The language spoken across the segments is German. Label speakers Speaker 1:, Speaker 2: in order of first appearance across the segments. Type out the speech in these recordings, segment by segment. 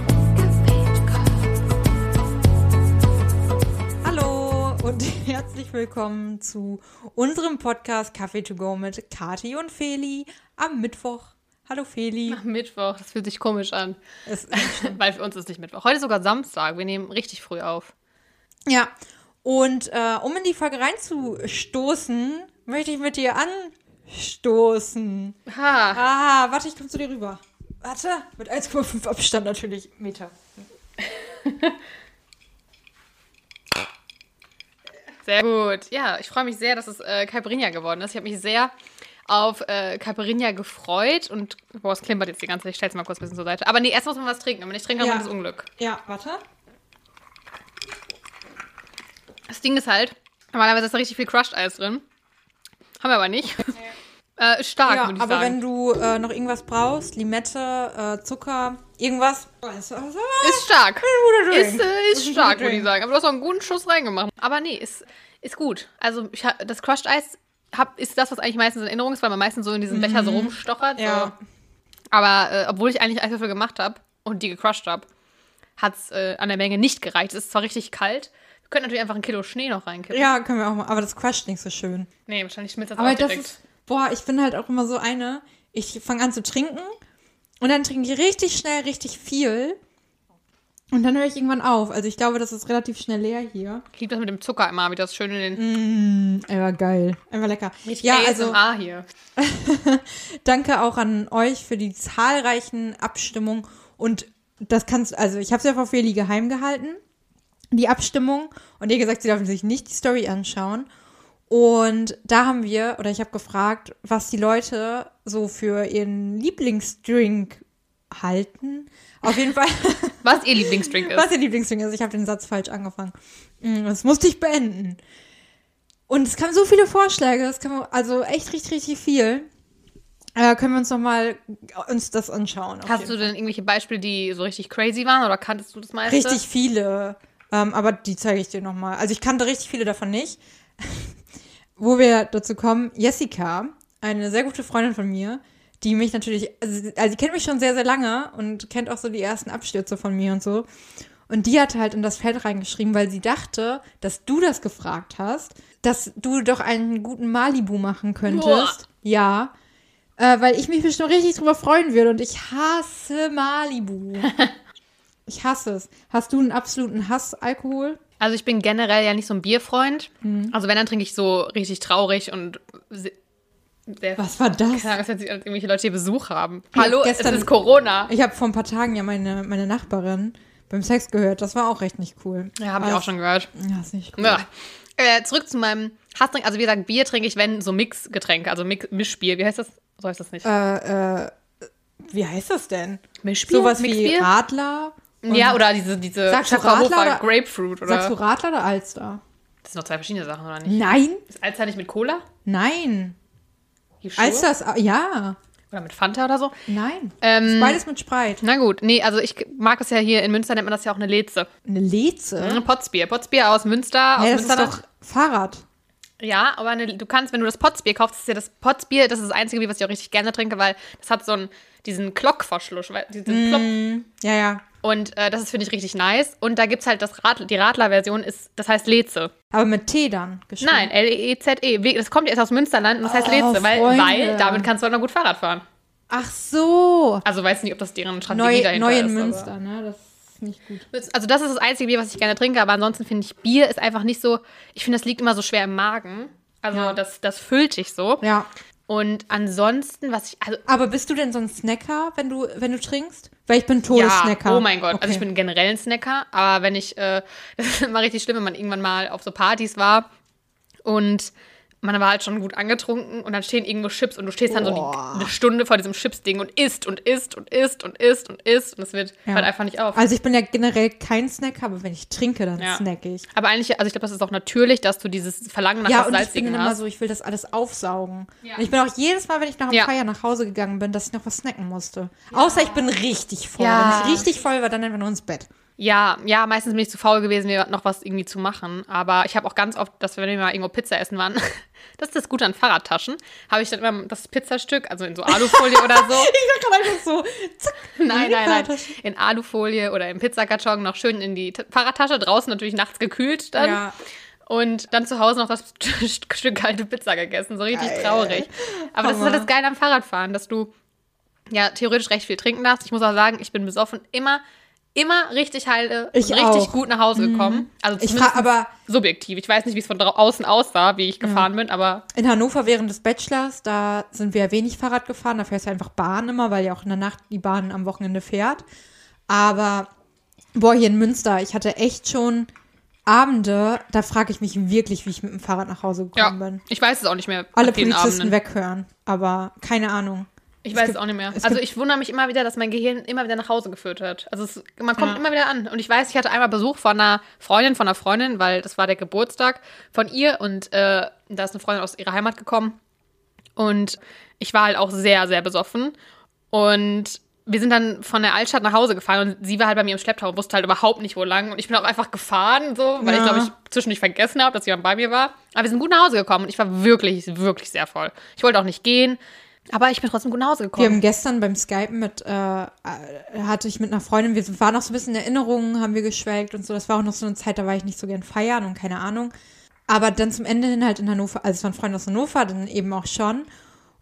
Speaker 1: herzlich willkommen zu unserem Podcast Kaffee to go mit Kati und Feli am Mittwoch. Hallo Feli.
Speaker 2: Ach, Mittwoch, das fühlt sich komisch an.
Speaker 1: Es-
Speaker 2: Weil für uns ist nicht Mittwoch. Heute ist sogar Samstag. Wir nehmen richtig früh auf.
Speaker 1: ja, und äh, um in die Folge reinzustoßen, möchte ich mit dir anstoßen.
Speaker 2: Ha.
Speaker 1: Ah, warte, ich komme zu dir rüber. Warte, mit 1,5 Abstand natürlich Meter.
Speaker 2: Sehr gut. Ja, ich freue mich sehr, dass es äh, Caipirinha geworden ist. Ich habe mich sehr auf äh, Caipirinha gefreut und boah, es klimpert jetzt die ganze Zeit. Ich stelle es mal kurz ein bisschen zur Seite. Aber nee, erst muss man was trinken. Wenn man nicht trinkt,
Speaker 1: Ja.
Speaker 2: hat man das Unglück.
Speaker 1: Ja, warte.
Speaker 2: Das Ding ist halt, normalerweise ist da richtig viel Crushed-Eis drin. Haben wir aber nicht. Äh, ist stark,
Speaker 1: Ja,
Speaker 2: würde ich
Speaker 1: aber wenn du
Speaker 2: sagen.
Speaker 1: äh, noch irgendwas brauchst, Limette, äh, Zucker, irgendwas. Weißt du, also,
Speaker 2: ist stark.
Speaker 1: guter Drink.
Speaker 2: Ist, äh,
Speaker 1: Ist
Speaker 2: ist
Speaker 1: ein
Speaker 2: stark,
Speaker 1: guter
Speaker 2: würde ich
Speaker 1: Drink.
Speaker 2: sagen. Aber du hast auch einen guten Schuss reingemacht. Aber nee, ist, ist gut. Also ich, ha- das Crushed Eis hab, ist das, was eigentlich meistens in Erinnerung ist, weil man meistens so in diesen Becher so rumstochert.
Speaker 1: Mhm. Ja.
Speaker 2: So. Aber äh, obwohl ich eigentlich Eiswürfel gemacht habe und die gecrushed habe, hat es äh, an der Menge nicht gereicht. Es ist zwar richtig kalt, wir könnten natürlich einfach ein Kilo Schnee noch reinkippen.
Speaker 1: Ja, können wir auch mal. Aber das crasht nicht so schön.
Speaker 2: Nee, wahrscheinlich schmilzt das
Speaker 1: Aber
Speaker 2: auch
Speaker 1: das
Speaker 2: direkt.
Speaker 1: ist, boah, ich bin halt auch immer so eine, ich fange an zu trinken und dann trinke ich richtig schnell richtig viel und dann höre ich irgendwann auf. Also ich glaube, das ist relativ schnell leer hier.
Speaker 2: ich liebe das mit dem Zucker immer, wie das schön in den
Speaker 1: Ja, geil. Einfach lecker.
Speaker 2: Richtig
Speaker 1: Mm, ja, also
Speaker 2: ASMR ah, hier.
Speaker 1: danke auch an euch für die zahlreichen Abstimmungen und das kannst, also ich habe es ja vor Feli geheim gehalten, die Abstimmung und ihr gesagt, sie dürfen sich nicht die Story anschauen. Und da haben wir, oder ich habe gefragt, was die Leute so für ihren Lieblingsdrink halten. Auf jeden Fall,
Speaker 2: Was ihr Lieblingsdrink ist.
Speaker 1: was ihr Lieblingsdrink ist. Ich habe den Satz falsch angefangen. Mm, Das musste ich beenden. Und es kamen so viele Vorschläge, das kam also echt richtig, richtig viel. Äh, können wir uns nochmal uns das anschauen. auf
Speaker 2: Hast
Speaker 1: jeden
Speaker 2: du denn irgendwelche Beispiele, die so richtig crazy waren oder kanntest du das meiste?
Speaker 1: Richtig viele. Ähm, aber die zeige ich dir nochmal. Also ich kannte richtig viele davon nicht. Wo wir dazu kommen, Jessica, eine sehr gute Freundin von mir, die mich natürlich, also sie- also sie kennt mich schon sehr, sehr lange und kennt auch so die ersten Abstürze von mir und so. Und die hat halt in das Feld reingeschrieben, weil sie dachte, dass du das gefragt hast, dass du doch einen guten Malibu machen könntest.
Speaker 2: Boah.
Speaker 1: Ja. Äh, weil ich mich bestimmt richtig drüber freuen würde und ich hasse Malibu. Ich hasse es. Hast du einen absoluten Hassalkohol?
Speaker 2: Also ich bin generell ja nicht so ein Bierfreund.
Speaker 1: Mhm.
Speaker 2: Also wenn, dann trinke ich so richtig traurig und se- sehr
Speaker 1: Was war das?
Speaker 2: keine Ahnung, dass jetzt irgendwelche Leute hier Besuch haben.
Speaker 1: Ja,
Speaker 2: Hallo,
Speaker 1: gestern-
Speaker 2: es ist Corona.
Speaker 1: Ich habe vor ein paar Tagen ja meine, meine Nachbarin beim Sex gehört. Das war auch recht nicht cool.
Speaker 2: Ja, habe ich
Speaker 1: Aber
Speaker 2: auch schon gehört.
Speaker 1: das- Ja, ist nicht cool.
Speaker 2: Ja. Äh, zurück zu meinem Hassdrink. Also wie gesagt, Bier trinke ich, wenn so Mixgetränke, also Mix Mischbier. Wie heißt das? So heißt das nicht.
Speaker 1: Äh, äh, wie heißt das denn?
Speaker 2: Mischbier?
Speaker 1: Sowas wie
Speaker 2: Mixbier?
Speaker 1: Radler? und-
Speaker 2: Ja, oder diese, diese
Speaker 1: Sagst du
Speaker 2: Schäferhofer
Speaker 1: Radler oder-
Speaker 2: Grapefruit oder.
Speaker 1: Sagst du Radler oder Alster?
Speaker 2: Das sind doch zwei verschiedene Sachen, oder nicht?
Speaker 1: Nein,
Speaker 2: Ist Alster nicht mit Cola?
Speaker 1: nein.
Speaker 2: You sure?
Speaker 1: Alster ist, ja,
Speaker 2: Oder mit Fanta oder so?
Speaker 1: nein.
Speaker 2: Ähm,
Speaker 1: ist beides mit Spreit.
Speaker 2: Na gut, nee, also ich mag es ja hier, in Münster nennt man das ja auch eine Leze.
Speaker 1: Eine Leze?
Speaker 2: Mhm. Potsbier. Potsbier aus Münster, aus
Speaker 1: Ja, Hm? das ist
Speaker 2: Münsterland.
Speaker 1: doch Fahrrad.
Speaker 2: Ja, aber eine, du kannst, wenn du das Potsbier kaufst, ist ja das Potsbier, das ist das einzige Bier, was ich auch richtig gerne trinke, weil das hat so einen, diesen Glockverschluss, weil-
Speaker 1: Hm.
Speaker 2: diesen Plop.
Speaker 1: Ja, ja.
Speaker 2: Und äh, das ist, finde ich, richtig nice. Und da gibt's halt das Radler, die Radler-Version ist, das heißt Leze.
Speaker 1: Aber mit Tee dann geschrieben.
Speaker 2: Nein, E L-E-E-Z-E. We- Das kommt jetzt aus Münsterland und das heißt
Speaker 1: Oh,
Speaker 2: Leze, weil,
Speaker 1: Freunde.
Speaker 2: weil damit kannst du halt noch gut Fahrrad fahren.
Speaker 1: Ach so.
Speaker 2: Also weiß nicht, ob das deren Strategie
Speaker 1: Neu,
Speaker 2: dahinter
Speaker 1: neu
Speaker 2: ist.
Speaker 1: in
Speaker 2: aber-
Speaker 1: Münster, ne? Das ist nicht gut.
Speaker 2: Also das ist das einzige Bier, was ich gerne trinke, aber ansonsten finde ich, Bier ist einfach nicht so, ich finde, das liegt immer so schwer im Magen. Also
Speaker 1: Ja.
Speaker 2: das, das füllt dich so.
Speaker 1: Ja.
Speaker 2: Und ansonsten, was ich, also
Speaker 1: Aber bist du denn so ein Snacker, wenn du, wenn du trinkst? Weil ich bin Todesnacker.
Speaker 2: Ja, oh mein Gott.
Speaker 1: Okay.
Speaker 2: Also ich bin generell ein Snacker, aber wenn ich, äh, das ist immer richtig schlimm, wenn man irgendwann mal auf so Partys war und man war halt schon gut angetrunken und dann stehen irgendwo Chips und du stehst dann
Speaker 1: Boah.
Speaker 2: so die, eine Stunde vor diesem Chips-Ding und isst und isst und isst und isst und isst und es wird
Speaker 1: Ja.
Speaker 2: halt einfach nicht auf.
Speaker 1: Also ich bin ja generell kein Snacker, aber wenn ich trinke, dann
Speaker 2: Ja.
Speaker 1: snack ich.
Speaker 2: aber eigentlich, also ich glaube, das ist auch natürlich, dass du dieses Verlangen nach
Speaker 1: Ja,
Speaker 2: was
Speaker 1: und ich bin
Speaker 2: Salzigen
Speaker 1: dann immer
Speaker 2: hast.
Speaker 1: so, ich will das alles aufsaugen.
Speaker 2: ne? Ja.
Speaker 1: Und ich bin auch jedes Mal, wenn ich nach dem
Speaker 2: Ja.
Speaker 1: Feier nach Hause gegangen bin, dass ich noch was snacken musste. Außer ich bin richtig voll.
Speaker 2: Ja.
Speaker 1: Wenn ich richtig voll war, dann einfach nur ins Bett.
Speaker 2: Ja, ja, meistens bin ich zu faul gewesen, mir noch was irgendwie zu machen. Aber ich habe auch ganz oft, dass wir, wenn wir mal irgendwo Pizza essen waren, das ist das Gute an Fahrradtaschen, habe ich dann immer das Pizzastück, also in so Alufolie oder so.
Speaker 1: Ich war gerade einfach so, zack. in
Speaker 2: Nein,
Speaker 1: die
Speaker 2: nein, nein.
Speaker 1: Fahrradtasche.
Speaker 2: In Alufolie oder im Pizzakarton noch schön in die T Fahrradtasche, draußen natürlich nachts gekühlt dann.
Speaker 1: Ja.
Speaker 2: Und dann zu Hause noch das Stück kalte Pizza gegessen. So richtig
Speaker 1: Geil.
Speaker 2: traurig. Aber das ist
Speaker 1: Hammer.
Speaker 2: halt das Geile am Fahrradfahren, dass du ja theoretisch recht viel trinken darfst. Ich muss auch sagen, ich bin besoffen immer, immer richtig heile
Speaker 1: Ich
Speaker 2: und richtig
Speaker 1: auch. Mhm.
Speaker 2: gut nach Hause gekommen. Also
Speaker 1: Ich
Speaker 2: zumindest
Speaker 1: war aber
Speaker 2: subjektiv. Ich weiß nicht, wie es von drau- außen aussah, wie ich
Speaker 1: Mhm.
Speaker 2: gefahren bin, aber
Speaker 1: in Hannover während des Bachelors, da sind wir wenig Fahrrad gefahren, da fährst du einfach Bahn immer, weil ja auch in der Nacht die Bahn am Wochenende fährt. Aber, boah, hier in Münster, ich hatte echt schon Abende, da frage ich mich wirklich, wie ich mit dem Fahrrad nach Hause
Speaker 2: ja,
Speaker 1: gekommen bin.
Speaker 2: ich weiß es auch nicht mehr.
Speaker 1: Alle
Speaker 2: an vielen
Speaker 1: Polizisten
Speaker 2: Abenden.
Speaker 1: weghören, aber keine Ahnung.
Speaker 2: Ich
Speaker 1: Es
Speaker 2: weiß es
Speaker 1: gibt-
Speaker 2: auch nicht mehr.
Speaker 1: es
Speaker 2: Also
Speaker 1: gibt-
Speaker 2: ich wundere mich immer wieder, dass mein Gehirn immer wieder nach Hause geführt hat. Also es, man kommt
Speaker 1: Ja.
Speaker 2: immer wieder an. Und ich weiß, ich hatte einmal Besuch von einer Freundin, von einer Freundin, weil das war der Geburtstag von ihr und äh, da ist eine Freundin aus ihrer Heimat gekommen. Und ich war halt auch sehr, sehr besoffen. Und wir sind dann von der Altstadt nach Hause gefahren und sie war halt bei mir im Schlepptau und wusste halt überhaupt nicht, wo lang. Und ich bin auch einfach gefahren, so, weil ich
Speaker 1: Ja.
Speaker 2: glaube, ich zwischendurch vergessen habe, dass jemand bei mir war. Aber wir sind gut nach Hause gekommen und ich war wirklich, wirklich sehr voll. Ich wollte auch nicht gehen, aber ich bin trotzdem gut nach Hause
Speaker 1: Wir haben
Speaker 2: gekommen.
Speaker 1: gestern beim Skypen mit, äh, äh, hatte ich mit einer Freundin, wir waren noch so ein bisschen in Erinnerungen, haben wir geschwelgt und so. Das war auch noch so eine Zeit, da war ich nicht so gern feiern und keine Ahnung. Aber dann zum Ende hin halt in Hannover, also es waren Freunde aus Hannover, dann eben auch schon.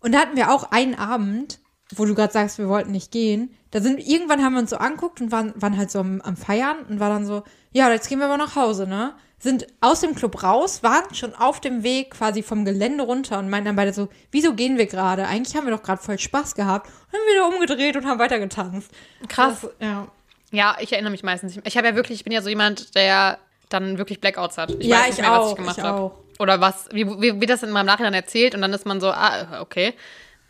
Speaker 1: Und da hatten wir auch einen Abend, wo du gerade sagst, wir wollten nicht gehen. Da sind, irgendwann haben wir uns so anguckt und waren, waren halt so am, am Feiern und war dann so, ja, jetzt gehen wir aber nach Hause, ne? Sind aus dem Club raus, waren schon auf dem Weg quasi vom Gelände runter und meinten dann beide so, wieso gehen wir gerade? Eigentlich haben wir doch gerade voll Spaß gehabt. Und haben wieder umgedreht und haben weiter getanzt.
Speaker 2: Krass.
Speaker 1: Das, ja.
Speaker 2: Ja, ich erinnere mich meistens nicht. mehr. Ich habe ja wirklich, ich bin ja so jemand, der dann wirklich Blackouts hat. Ich
Speaker 1: Ja,
Speaker 2: weiß nicht
Speaker 1: ich
Speaker 2: mehr, was ich
Speaker 1: auch,
Speaker 2: gemacht
Speaker 1: ich
Speaker 2: habe.
Speaker 1: auch.
Speaker 2: Oder was, wie, wie, wie das in meinem Nachhinein erzählt und dann ist man so, ah, okay.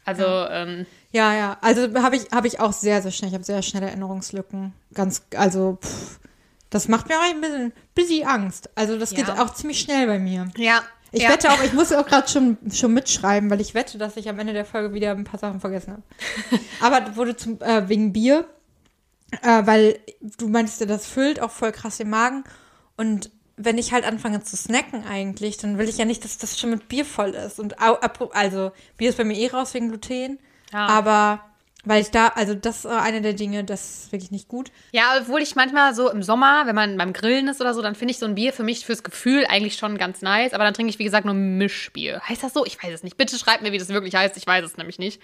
Speaker 2: Also, ähm,
Speaker 1: Ja, ja. Also habe ich, hab ich auch sehr, sehr schnell. Ich habe sehr schnelle Erinnerungslücken. Ganz, also, pff, das macht mir auch ein bisschen, bisschen Angst. Also, das geht
Speaker 2: Ja.
Speaker 1: auch ziemlich schnell bei mir.
Speaker 2: ja.
Speaker 1: Ich
Speaker 2: ja.
Speaker 1: wette auch, ich muss auch gerade schon, schon mitschreiben, weil ich wette, dass ich am Ende der Folge wieder ein paar Sachen vergessen habe. Aber wurde zum, äh, wegen Bier, äh, weil du meinst, das füllt auch voll krass den Magen. Und wenn ich halt anfange zu snacken eigentlich, dann will ich ja nicht, dass das schon mit Bier voll ist. Und au- apro- also Bier ist bei mir eh raus wegen Gluten.
Speaker 2: Ja.
Speaker 1: Aber weil ich da, also das ist äh, eine der Dinge, das ist wirklich nicht gut.
Speaker 2: Ja, obwohl ich manchmal so im Sommer, wenn man beim Grillen ist oder so, dann finde ich so ein Bier für mich fürs Gefühl eigentlich schon ganz nice. Aber dann trinke ich, wie gesagt, nur Mischbier. Heißt das so? Ich weiß es nicht. Bitte schreibt mir, wie das wirklich heißt. Ich weiß es nämlich nicht.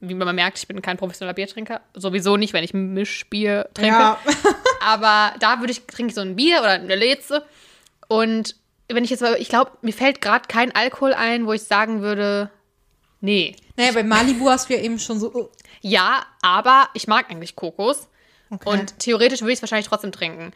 Speaker 2: Wie man merkt, ich bin kein professioneller Biertrinker. Sowieso nicht, wenn ich Mischbier trinke. Aber da würde ich, trinke ich so ein Bier oder eine Leze. Und wenn ich jetzt mal, ich glaube, mir fällt gerade kein Alkohol ein, wo ich sagen würde, nee.
Speaker 1: Naja, bei Malibu hast du ja eben schon so. oh,
Speaker 2: Ja, aber ich mag eigentlich Kokos.
Speaker 1: Okay.
Speaker 2: Und theoretisch würde ich es wahrscheinlich trotzdem trinken.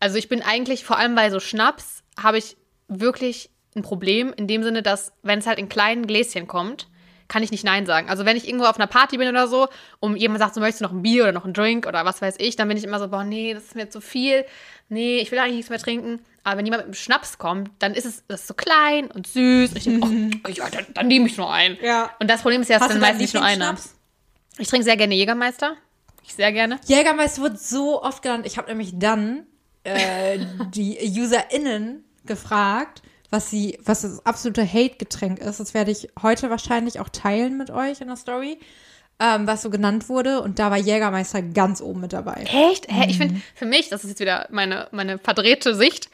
Speaker 2: Also ich bin eigentlich, vor allem bei so Schnaps, habe ich wirklich ein Problem in dem Sinne, dass wenn es halt in kleinen Gläschen kommt, kann ich nicht Nein sagen. Also wenn ich irgendwo auf einer Party bin oder so und jemand sagt, so möchtest du noch ein Bier oder noch einen Drink oder was weiß ich, dann bin ich immer so, boah, nee, das ist mir zu viel. Nee, ich will eigentlich nichts mehr trinken. Aber wenn jemand mit einem Schnaps kommt, dann ist es das ist so klein und süß. Und ich denke, oh, ja, dann, dann nehme ich nur einen.
Speaker 1: Mhm. Ja.
Speaker 2: Und das Problem ist ja, dass
Speaker 1: hast
Speaker 2: dann
Speaker 1: du deinen
Speaker 2: meistens nicht nur einer.
Speaker 1: Lieblingsschnaps?
Speaker 2: Ich trinke sehr gerne Jägermeister. Ich sehr gerne.
Speaker 1: Jägermeister wird so oft genannt. Ich habe nämlich dann äh, die UserInnen gefragt, was sie, was das absolute Hate-Getränk ist. Das werde ich heute wahrscheinlich auch teilen mit euch in der Story, ähm, was so genannt wurde. Und da war Jägermeister ganz oben mit dabei.
Speaker 2: Echt? Hä? Ich
Speaker 1: Mhm.
Speaker 2: finde, für mich, das ist jetzt wieder meine, meine verdrehte Sicht,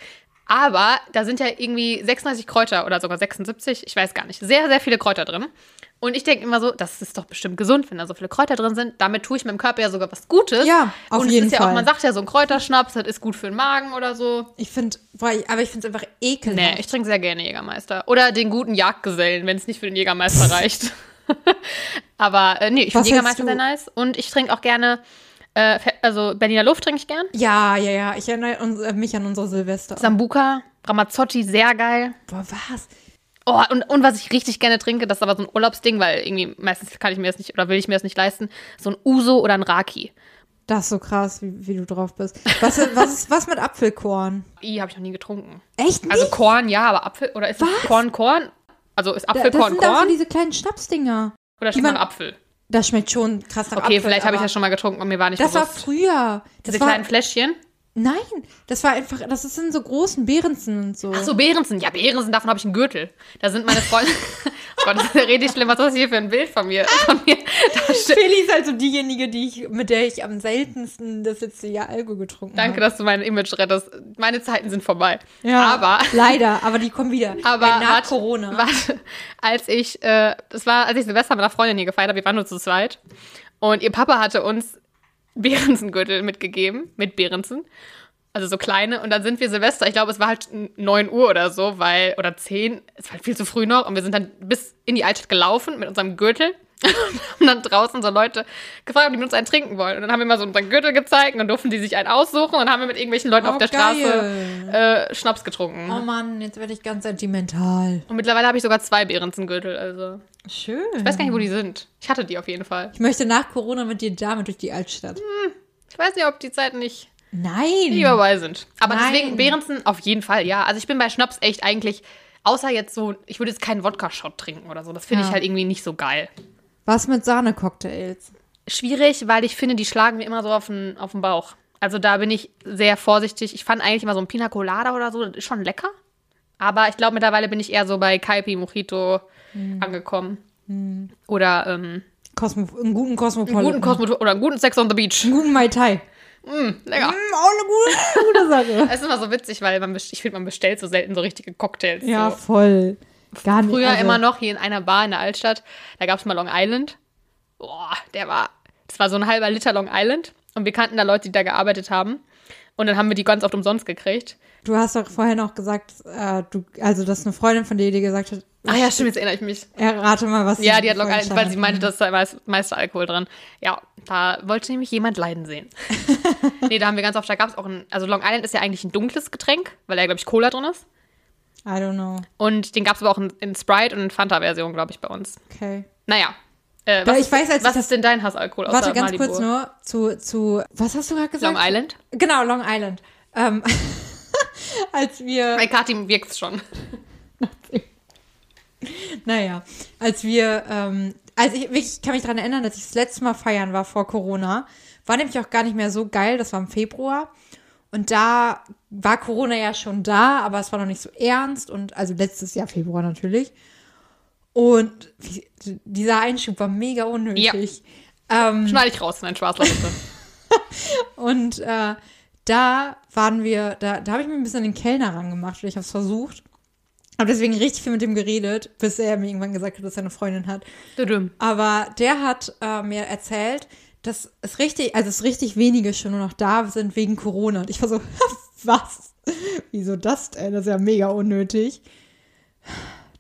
Speaker 2: aber da sind ja irgendwie 36 Kräuter oder sogar 76, ich weiß gar nicht, sehr, sehr viele Kräuter drin. Und ich denke immer so, das ist doch bestimmt gesund, wenn da so viele Kräuter drin sind. Damit tue ich meinem Körper ja sogar was Gutes.
Speaker 1: Ja, auf
Speaker 2: Und
Speaker 1: jeden
Speaker 2: es ist ja auch,
Speaker 1: Fall.
Speaker 2: man sagt ja so ein Kräuterschnaps, das ist gut für den Magen oder so.
Speaker 1: Ich finde, aber ich finde es einfach
Speaker 2: Nee,
Speaker 1: ekelhaft.
Speaker 2: ich trinke sehr gerne Jägermeister. Oder den guten Jagdgesellen, wenn es nicht für den Jägermeister reicht. Aber äh, nee, ich
Speaker 1: Was
Speaker 2: finde Jägermeister sehr
Speaker 1: hältst du-
Speaker 2: nice. Und ich trinke auch gerne, äh, Fe- also Berliner Luft trinke ich gern.
Speaker 1: ja, ja, ja. Ich erinnere uns, äh, mich an unsere Silvester.
Speaker 2: Sambuka, Ramazzotti, sehr geil.
Speaker 1: Boah, was?
Speaker 2: Oh, und, und was ich richtig gerne trinke, das ist aber so ein Urlaubsding, weil irgendwie meistens kann ich mir das nicht oder will ich mir das nicht leisten, so ein Uso oder ein Raki.
Speaker 1: Das ist so krass, wie, wie du drauf bist. Was, was ist was mit Apfelkorn?
Speaker 2: I habe ich noch nie getrunken.
Speaker 1: Echt nicht?
Speaker 2: Also Korn, ja, aber Apfel oder ist das Korn Korn? Also ist
Speaker 1: Da- das
Speaker 2: Apfelkorn
Speaker 1: sind auch so
Speaker 2: Korn
Speaker 1: diese kleinen Schnapsdinger.
Speaker 2: oder
Speaker 1: die
Speaker 2: schmeckt man
Speaker 1: man-
Speaker 2: Apfel?
Speaker 1: Das schmeckt schon krass nach
Speaker 2: Okay,
Speaker 1: Apfel.
Speaker 2: vielleicht habe ich
Speaker 1: aber
Speaker 2: das schon mal getrunken und mir war nicht
Speaker 1: Das war
Speaker 2: bewusst.
Speaker 1: früher. Das
Speaker 2: Diese
Speaker 1: war,
Speaker 2: kleinen Fläschchen.
Speaker 1: nein, das war einfach, das ist in so großen Behrensen und so.
Speaker 2: Ach so, Behrensen. Ja, Behrensen, davon habe ich einen Gürtel. Da sind meine Freunde. oh Gott, das ist ja richtig schlimm. Was hast du hier für ein Bild von mir? Von mir? darstellst?
Speaker 1: Feli ist also diejenige, die ich, mit der ich am seltensten das letzte Jahr Alkohol getrunken
Speaker 2: Danke,
Speaker 1: habe.
Speaker 2: dass du mein Image rettest. Meine Zeiten sind vorbei.
Speaker 1: Ja,
Speaker 2: Aber
Speaker 1: Leider, aber die kommen wieder.
Speaker 2: Aber
Speaker 1: Äh, nach
Speaker 2: warte,
Speaker 1: Corona.
Speaker 2: Warte, als ich, äh, das war, als ich Silvester mit einer Freundin hier gefeiert habe, wir waren nur zu zweit. Und ihr Papa hatte uns Behrensengürtel mitgegeben, mit Behrensen. Also so kleine. Und dann sind wir Silvester, ich glaube, es war halt 9 Uhr oder so, weil, oder 10, es war halt viel zu früh noch. Und wir sind dann bis in die Altstadt gelaufen mit unserem Gürtel. Und haben dann draußen so Leute gefragt, ob die mit uns einen trinken wollen. Und dann haben wir mal so unseren Gürtel gezeigt und dann durften die sich einen aussuchen. Und dann haben wir mit irgendwelchen Leuten
Speaker 1: Oh,
Speaker 2: auf der Straße äh, Schnaps getrunken.
Speaker 1: Oh Mann, jetzt werde ich ganz sentimental.
Speaker 2: Und mittlerweile habe ich sogar zwei Behrensengürtel, also.
Speaker 1: Schön.
Speaker 2: Ich weiß gar nicht, wo die sind. Ich hatte die auf jeden Fall.
Speaker 1: Ich möchte nach Corona mit dir damit durch die Altstadt.
Speaker 2: Hm. Ich weiß nicht, ob die Zeiten nicht
Speaker 1: Nein.
Speaker 2: überall sind. Aber
Speaker 1: Hm. Nein.
Speaker 2: deswegen Behrensen auf jeden Fall, ja. Also ich bin bei Schnaps echt eigentlich, außer jetzt so, ich würde jetzt keinen Wodka-Shot trinken oder so. Das finde
Speaker 1: Ja.
Speaker 2: ich halt irgendwie nicht so geil.
Speaker 1: Was mit Sahne-Cocktails?
Speaker 2: Schwierig, weil ich finde, die schlagen mir immer so auf den, auf den Bauch. Also da bin ich sehr vorsichtig. Ich fand eigentlich immer so ein Pina Colada oder so, das ist schon lecker. Aber ich glaube, mittlerweile bin ich eher so bei Kaipi, Mojito
Speaker 1: Hm.
Speaker 2: angekommen. Oder ähm,
Speaker 1: Cosmo, einen guten Cosmopolitan.
Speaker 2: einen guten Kosmoto oder einen guten Sex on the Beach.
Speaker 1: einen guten Mai Tai.
Speaker 2: Lecker.
Speaker 1: Mm, auch eine gute, gute Sache.
Speaker 2: Es ist immer so witzig, weil man best- ich finde, man bestellt so selten so richtige Cocktails.
Speaker 1: Ja,
Speaker 2: so.
Speaker 1: voll. Gar nicht.
Speaker 2: Früher
Speaker 1: also-
Speaker 2: immer noch hier in einer Bar in der Altstadt, da gab es mal Long Island. Boah, der war, das war so ein halber Liter Long Island. Und wir kannten da Leute, die da gearbeitet haben. Und dann haben wir die ganz oft umsonst gekriegt.
Speaker 1: Du hast doch vorhin auch gesagt, äh, du, also dass eine Freundin von dir dir gesagt hat,
Speaker 2: Ah ja, stimmt, jetzt erinnere ich mich.
Speaker 1: errate mal, was
Speaker 2: Ja, die hat Long
Speaker 1: vorhin
Speaker 2: Island, weil sie
Speaker 1: stand.
Speaker 2: meinte, da ist da meist- meiste Alkohol drin. Ja, da wollte nämlich jemand leiden sehen. nee, da haben wir ganz oft, da gab es auch ein, also Long Island ist ja eigentlich ein dunkles Getränk, weil da, glaube ich, Cola drin ist.
Speaker 1: I don't know.
Speaker 2: Und den gab es aber auch in, in Sprite und in Fanta-Version, glaube ich, bei uns.
Speaker 1: Okay.
Speaker 2: Naja. Äh,
Speaker 1: Da
Speaker 2: was
Speaker 1: ich weiß, als ich
Speaker 2: was
Speaker 1: das-
Speaker 2: ist denn dein Hassalkohol außer
Speaker 1: Warte ganz
Speaker 2: Malibu?
Speaker 1: kurz nur zu, zu, was hast du gerade gesagt?
Speaker 2: Long Island?
Speaker 1: Genau, Long Island. Ähm, als wir,
Speaker 2: Bei Kathi wirkt's schon.
Speaker 1: naja, als wir, ähm, also ich, wirklich, ich kann mich daran erinnern, dass ich das letzte Mal feiern war vor Corona. War nämlich auch gar nicht mehr so geil, das war im Februar. Und da war Corona ja schon da, aber es war noch nicht so ernst und also letztes Jahr Februar natürlich. Und wie- dieser Einschub war mega unnötig. Ähm,
Speaker 2: Schneide ich raus, nein, Spaß, Leute.
Speaker 1: Und äh, da waren wir, da, da habe ich mir ein bisschen an den Kellner rangemacht oder ich habe es versucht. Habe deswegen richtig viel mit dem geredet, bis er mir irgendwann gesagt hat, dass er eine Freundin hat.
Speaker 2: Dudum.
Speaker 1: Aber der hat äh, mir erzählt, dass es richtig, also es richtig wenige schon nur noch da sind wegen Corona. Und ich war so, was? Wieso das denn? Das ist ja mega unnötig.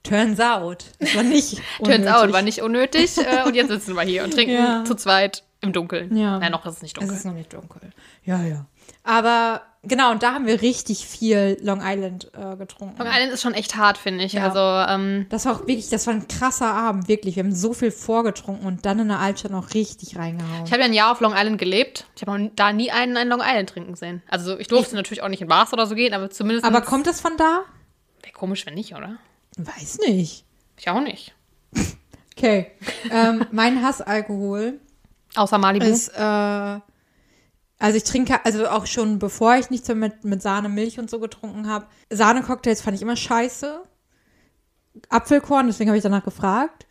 Speaker 1: Turns out. Das war nicht
Speaker 2: Turns out,
Speaker 1: unnötig.
Speaker 2: war nicht unnötig. Äh, und jetzt sitzen wir hier und trinken
Speaker 1: Ja.
Speaker 2: zu zweit im Dunkeln.
Speaker 1: Ja.
Speaker 2: Nein, noch ist es nicht dunkel.
Speaker 1: Es ist noch nicht dunkel. Ja, ja. Aber genau, und da haben wir richtig viel Long Island äh, getrunken.
Speaker 2: Long Island ist schon echt hart, finde ich.
Speaker 1: Ja.
Speaker 2: Also, ähm,
Speaker 1: Das war auch wirklich, das war ein krasser Abend, wirklich. Wir haben so viel vorgetrunken und dann in der Altstadt noch richtig reingehauen.
Speaker 2: ich habe ja ein Jahr auf Long Island gelebt. Ich habe da nie einen, einen Long Island trinken sehen. Also, ich durfte natürlich auch nicht in Bars oder so gehen, aber zumindest.
Speaker 1: Aber kommt das von da?
Speaker 2: Wäre komisch, wenn nicht, oder?
Speaker 1: Weiß nicht.
Speaker 2: Ich auch nicht.
Speaker 1: Okay. ähm, mein Hassalkohol
Speaker 2: Außer Malibu.
Speaker 1: ist, äh, also ich trinke, also auch schon bevor ich nichts mehr mit, mit Sahne, Milch und so getrunken habe. Sahne-Cocktails fand ich immer scheiße. Apfelkorn, deswegen habe ich danach gefragt.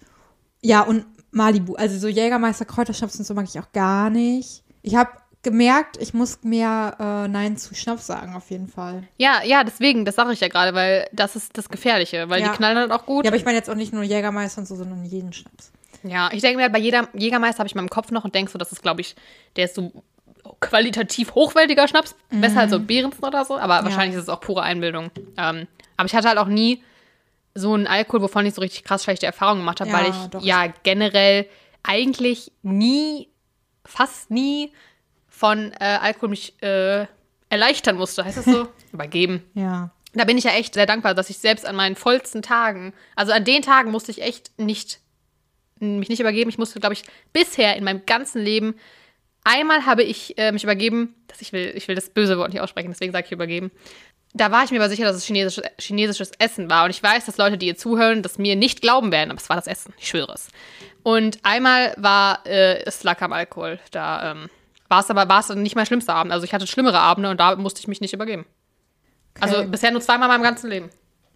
Speaker 1: Ja, und Malibu, also so Jägermeister, Kräuterschnaps und so mag ich auch gar nicht. Ich habe gemerkt, ich muss mehr äh, Nein zu Schnaps sagen, auf jeden Fall.
Speaker 2: Ja, ja, deswegen, das sage ich ja gerade, weil das ist das Gefährliche, weil
Speaker 1: Ja.
Speaker 2: die knallen halt auch gut.
Speaker 1: Ja,
Speaker 2: Ja,
Speaker 1: aber ich meine jetzt auch nicht nur Jägermeister und so, sondern jeden Schnaps.
Speaker 2: ich denke mir halt, bei jeder Jägermeister habe ich in meinem Kopf noch und denke so, das ist, glaube ich, der ist so qualitativ hochwertiger Schnaps, besser als so
Speaker 1: Mhm.
Speaker 2: Behrensen oder so, aber wahrscheinlich ist es auch pure Einbildung. Ähm, aber ich hatte halt auch nie so einen Alkohol, wovon ich so richtig krass schlechte Erfahrungen gemacht habe,
Speaker 1: Ja,
Speaker 2: weil ich
Speaker 1: doch.
Speaker 2: ja generell eigentlich nie, fast nie von äh, Alkohol mich äh, erleichtern musste. Heißt das so? Übergeben.
Speaker 1: Ja.
Speaker 2: da bin ich ja echt sehr dankbar, dass ich selbst an meinen vollsten Tagen, also an den Tagen musste ich echt nicht, mich nicht übergeben. Ich musste, glaube ich, bisher in meinem ganzen Leben, einmal habe ich äh, mich übergeben, dass ich will, ich will das böse Wort nicht aussprechen, deswegen sage ich übergeben. Da war ich mir aber sicher, dass es chinesisches, chinesisches Essen war. Und ich weiß, dass Leute, die ihr zuhören, das mir nicht glauben werden, aber es war das Essen, ich schwöre es. Und einmal war äh, es lag am Alkohol. Da ähm, war es aber war es nicht mein schlimmster Abend. Also ich hatte schlimmere Abende und da musste ich mich nicht übergeben. Also Mhm.
Speaker 1: Okay.
Speaker 2: bisher nur zweimal in meinem ganzen Leben.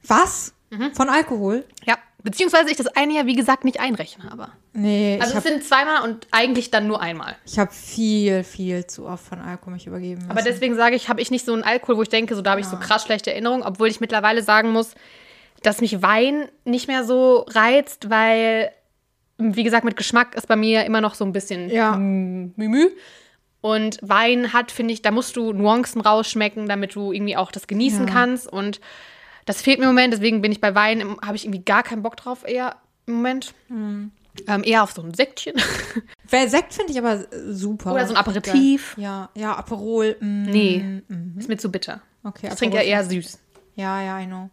Speaker 1: Was? von Alkohol.
Speaker 2: Ja, beziehungsweise ich das eine Jahr, wie gesagt, nicht einrechnen habe.
Speaker 1: Nee, ich
Speaker 2: Also es
Speaker 1: habe
Speaker 2: sind zweimal und eigentlich dann nur einmal.
Speaker 1: hab viel, viel zu oft von Alkohol mich übergeben müssen.
Speaker 2: Aber deswegen sage ich, habe ich nicht so einen Alkohol, wo ich denke, so da habe ich so krass schlechte Erinnerungen, obwohl ich mittlerweile sagen muss, dass mich Wein nicht mehr so reizt, weil, wie gesagt, mit Geschmack ist bei mir immer noch so ein bisschen
Speaker 1: Ja.
Speaker 2: mm, Mümü. Und Wein hat, finde ich, da musst du Nuancen rausschmecken, damit du irgendwie auch das genießen
Speaker 1: Ja.
Speaker 2: kannst. Und das fehlt mir im Moment, deswegen bin ich bei Wein, im- habe ich irgendwie gar keinen Bock drauf eher im Moment.
Speaker 1: Hm.
Speaker 2: Ähm, eher auf so ein Säckchen.
Speaker 1: Weil Sekt finde ich aber super.
Speaker 2: Oder so ein Aperitif.
Speaker 1: Geil. Ja, ja, Aperol. mm,
Speaker 2: Nee.
Speaker 1: mm.
Speaker 2: Ist mir zu bitter.
Speaker 1: Okay,
Speaker 2: Ich trinke ja eh-
Speaker 1: Aperol.
Speaker 2: eher süß.
Speaker 1: Ja, ja, I know.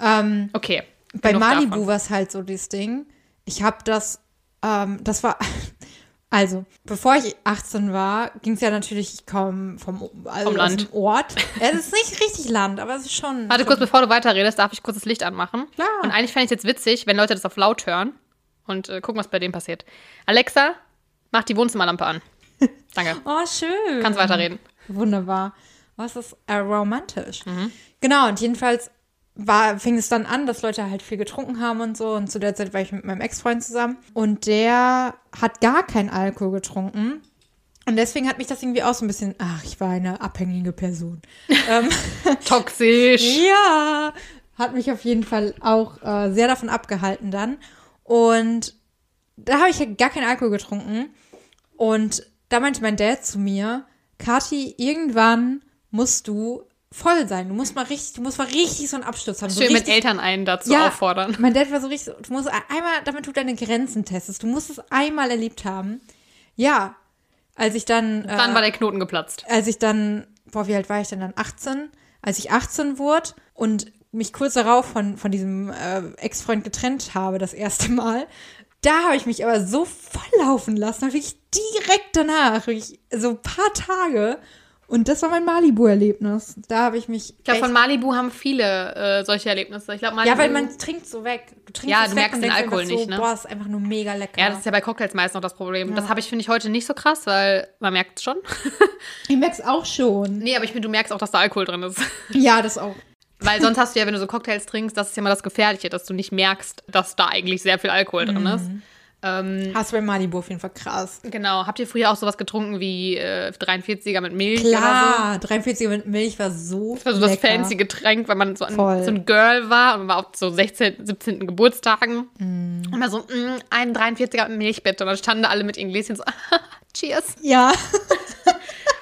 Speaker 1: Ähm,
Speaker 2: Okay.
Speaker 1: bei
Speaker 2: genug
Speaker 1: Malibu
Speaker 2: davon.
Speaker 1: war es halt so das Ding. Ich habe das, ähm, das war, also, bevor ich 18 war, ging es ja natürlich, ich komme vom, O- also
Speaker 2: Vom Land.
Speaker 1: Aus dem Ort. es ist nicht richtig Land, aber es ist schon.
Speaker 2: Warte kurz, bevor du weiterredest, darf ich kurz das Licht anmachen?
Speaker 1: Klar.
Speaker 2: Und eigentlich fände ich es jetzt witzig, wenn Leute das auf laut hören und äh, gucken, was bei denen passiert. Alexa, mach die Wohnzimmerlampe an. Danke.
Speaker 1: Oh, schön.
Speaker 2: Kannst weiterreden.
Speaker 1: Wunderbar. Was ist äh, romantisch? Genau, und jedenfalls war, fing es dann an, dass Leute halt viel getrunken haben und so. Und zu der Zeit war ich mit meinem Ex-Freund zusammen. Und der hat gar keinen Alkohol getrunken. Und deswegen hat mich das irgendwie auch so ein bisschen, ach, ich war eine abhängige Person. ähm,
Speaker 2: Toxisch.
Speaker 1: ja, hat mich auf jeden Fall auch äh, sehr davon abgehalten dann. Und da habe ich ja gar keinen Alkohol getrunken. Und da meinte mein Dad zu mir, Kathi, irgendwann musst du voll sein. Du musst mal richtig, du musst mal richtig so einen Absturz haben. So
Speaker 2: Schön mit
Speaker 1: richtig-
Speaker 2: Eltern einen dazu auffordern.
Speaker 1: mein Dad war so richtig, so, du musst e-, einmal, damit du deine Grenzen testest, du musst es einmal erlebt haben. Ja, als ich dann.
Speaker 2: Dann
Speaker 1: äh,
Speaker 2: war der Knoten geplatzt.
Speaker 1: als ich dann, boah, wie alt war ich denn dann? 18? Als ich 18 wurde und mich kurz darauf von, von diesem äh, Ex-Freund getrennt habe, das erste Mal, da habe ich mich aber so volllaufen lassen, hab wirklich direkt danach, wirklich so ein paar Tage. Und das war mein Malibu-Erlebnis. Da habe ich mich.
Speaker 2: Ich glaube, von
Speaker 1: echt-
Speaker 2: Malibu haben viele äh, solche Erlebnisse. Ich glaube, Malibu.
Speaker 1: ja, weil man trinkt so weg. Du trinkst
Speaker 2: Ja,
Speaker 1: es
Speaker 2: du
Speaker 1: weg
Speaker 2: merkst
Speaker 1: und
Speaker 2: den
Speaker 1: denkst
Speaker 2: Alkohol
Speaker 1: einfach so,
Speaker 2: nicht, ne?
Speaker 1: Boah, ist einfach nur mega lecker.
Speaker 2: Ja, das ist ja bei Cocktails meist noch das Problem. Das
Speaker 1: Ja.
Speaker 2: habe ich, finde ich, heute nicht so krass, weil man merkt es schon.
Speaker 1: ich merk's auch schon.
Speaker 2: nee, aber ich finde, du merkst auch, dass da Alkohol drin ist.
Speaker 1: Ja, das auch.
Speaker 2: Weil sonst hast du ja, wenn du so Cocktails trinkst, das ist ja mal das Gefährliche, dass du nicht merkst, dass da eigentlich sehr viel Alkohol drin ist. Ähm,
Speaker 1: Hast du bei Malibu auf jeden Fall krass.
Speaker 2: genau. Habt ihr früher auch sowas getrunken wie äh, 43er mit Milch oder so?
Speaker 1: Klar, 43 mit Milch war so.
Speaker 2: Das war so das
Speaker 1: lecker.
Speaker 2: Also fancy Getränk, weil man so ein,
Speaker 1: Voll.
Speaker 2: so ein Girl war und man war auf so 16., 17. Geburtstagen. Und man so, mm, ein 43er mit Milch bitte. Und dann standen da alle mit ihren Gläschen so, cheers.
Speaker 1: Ja,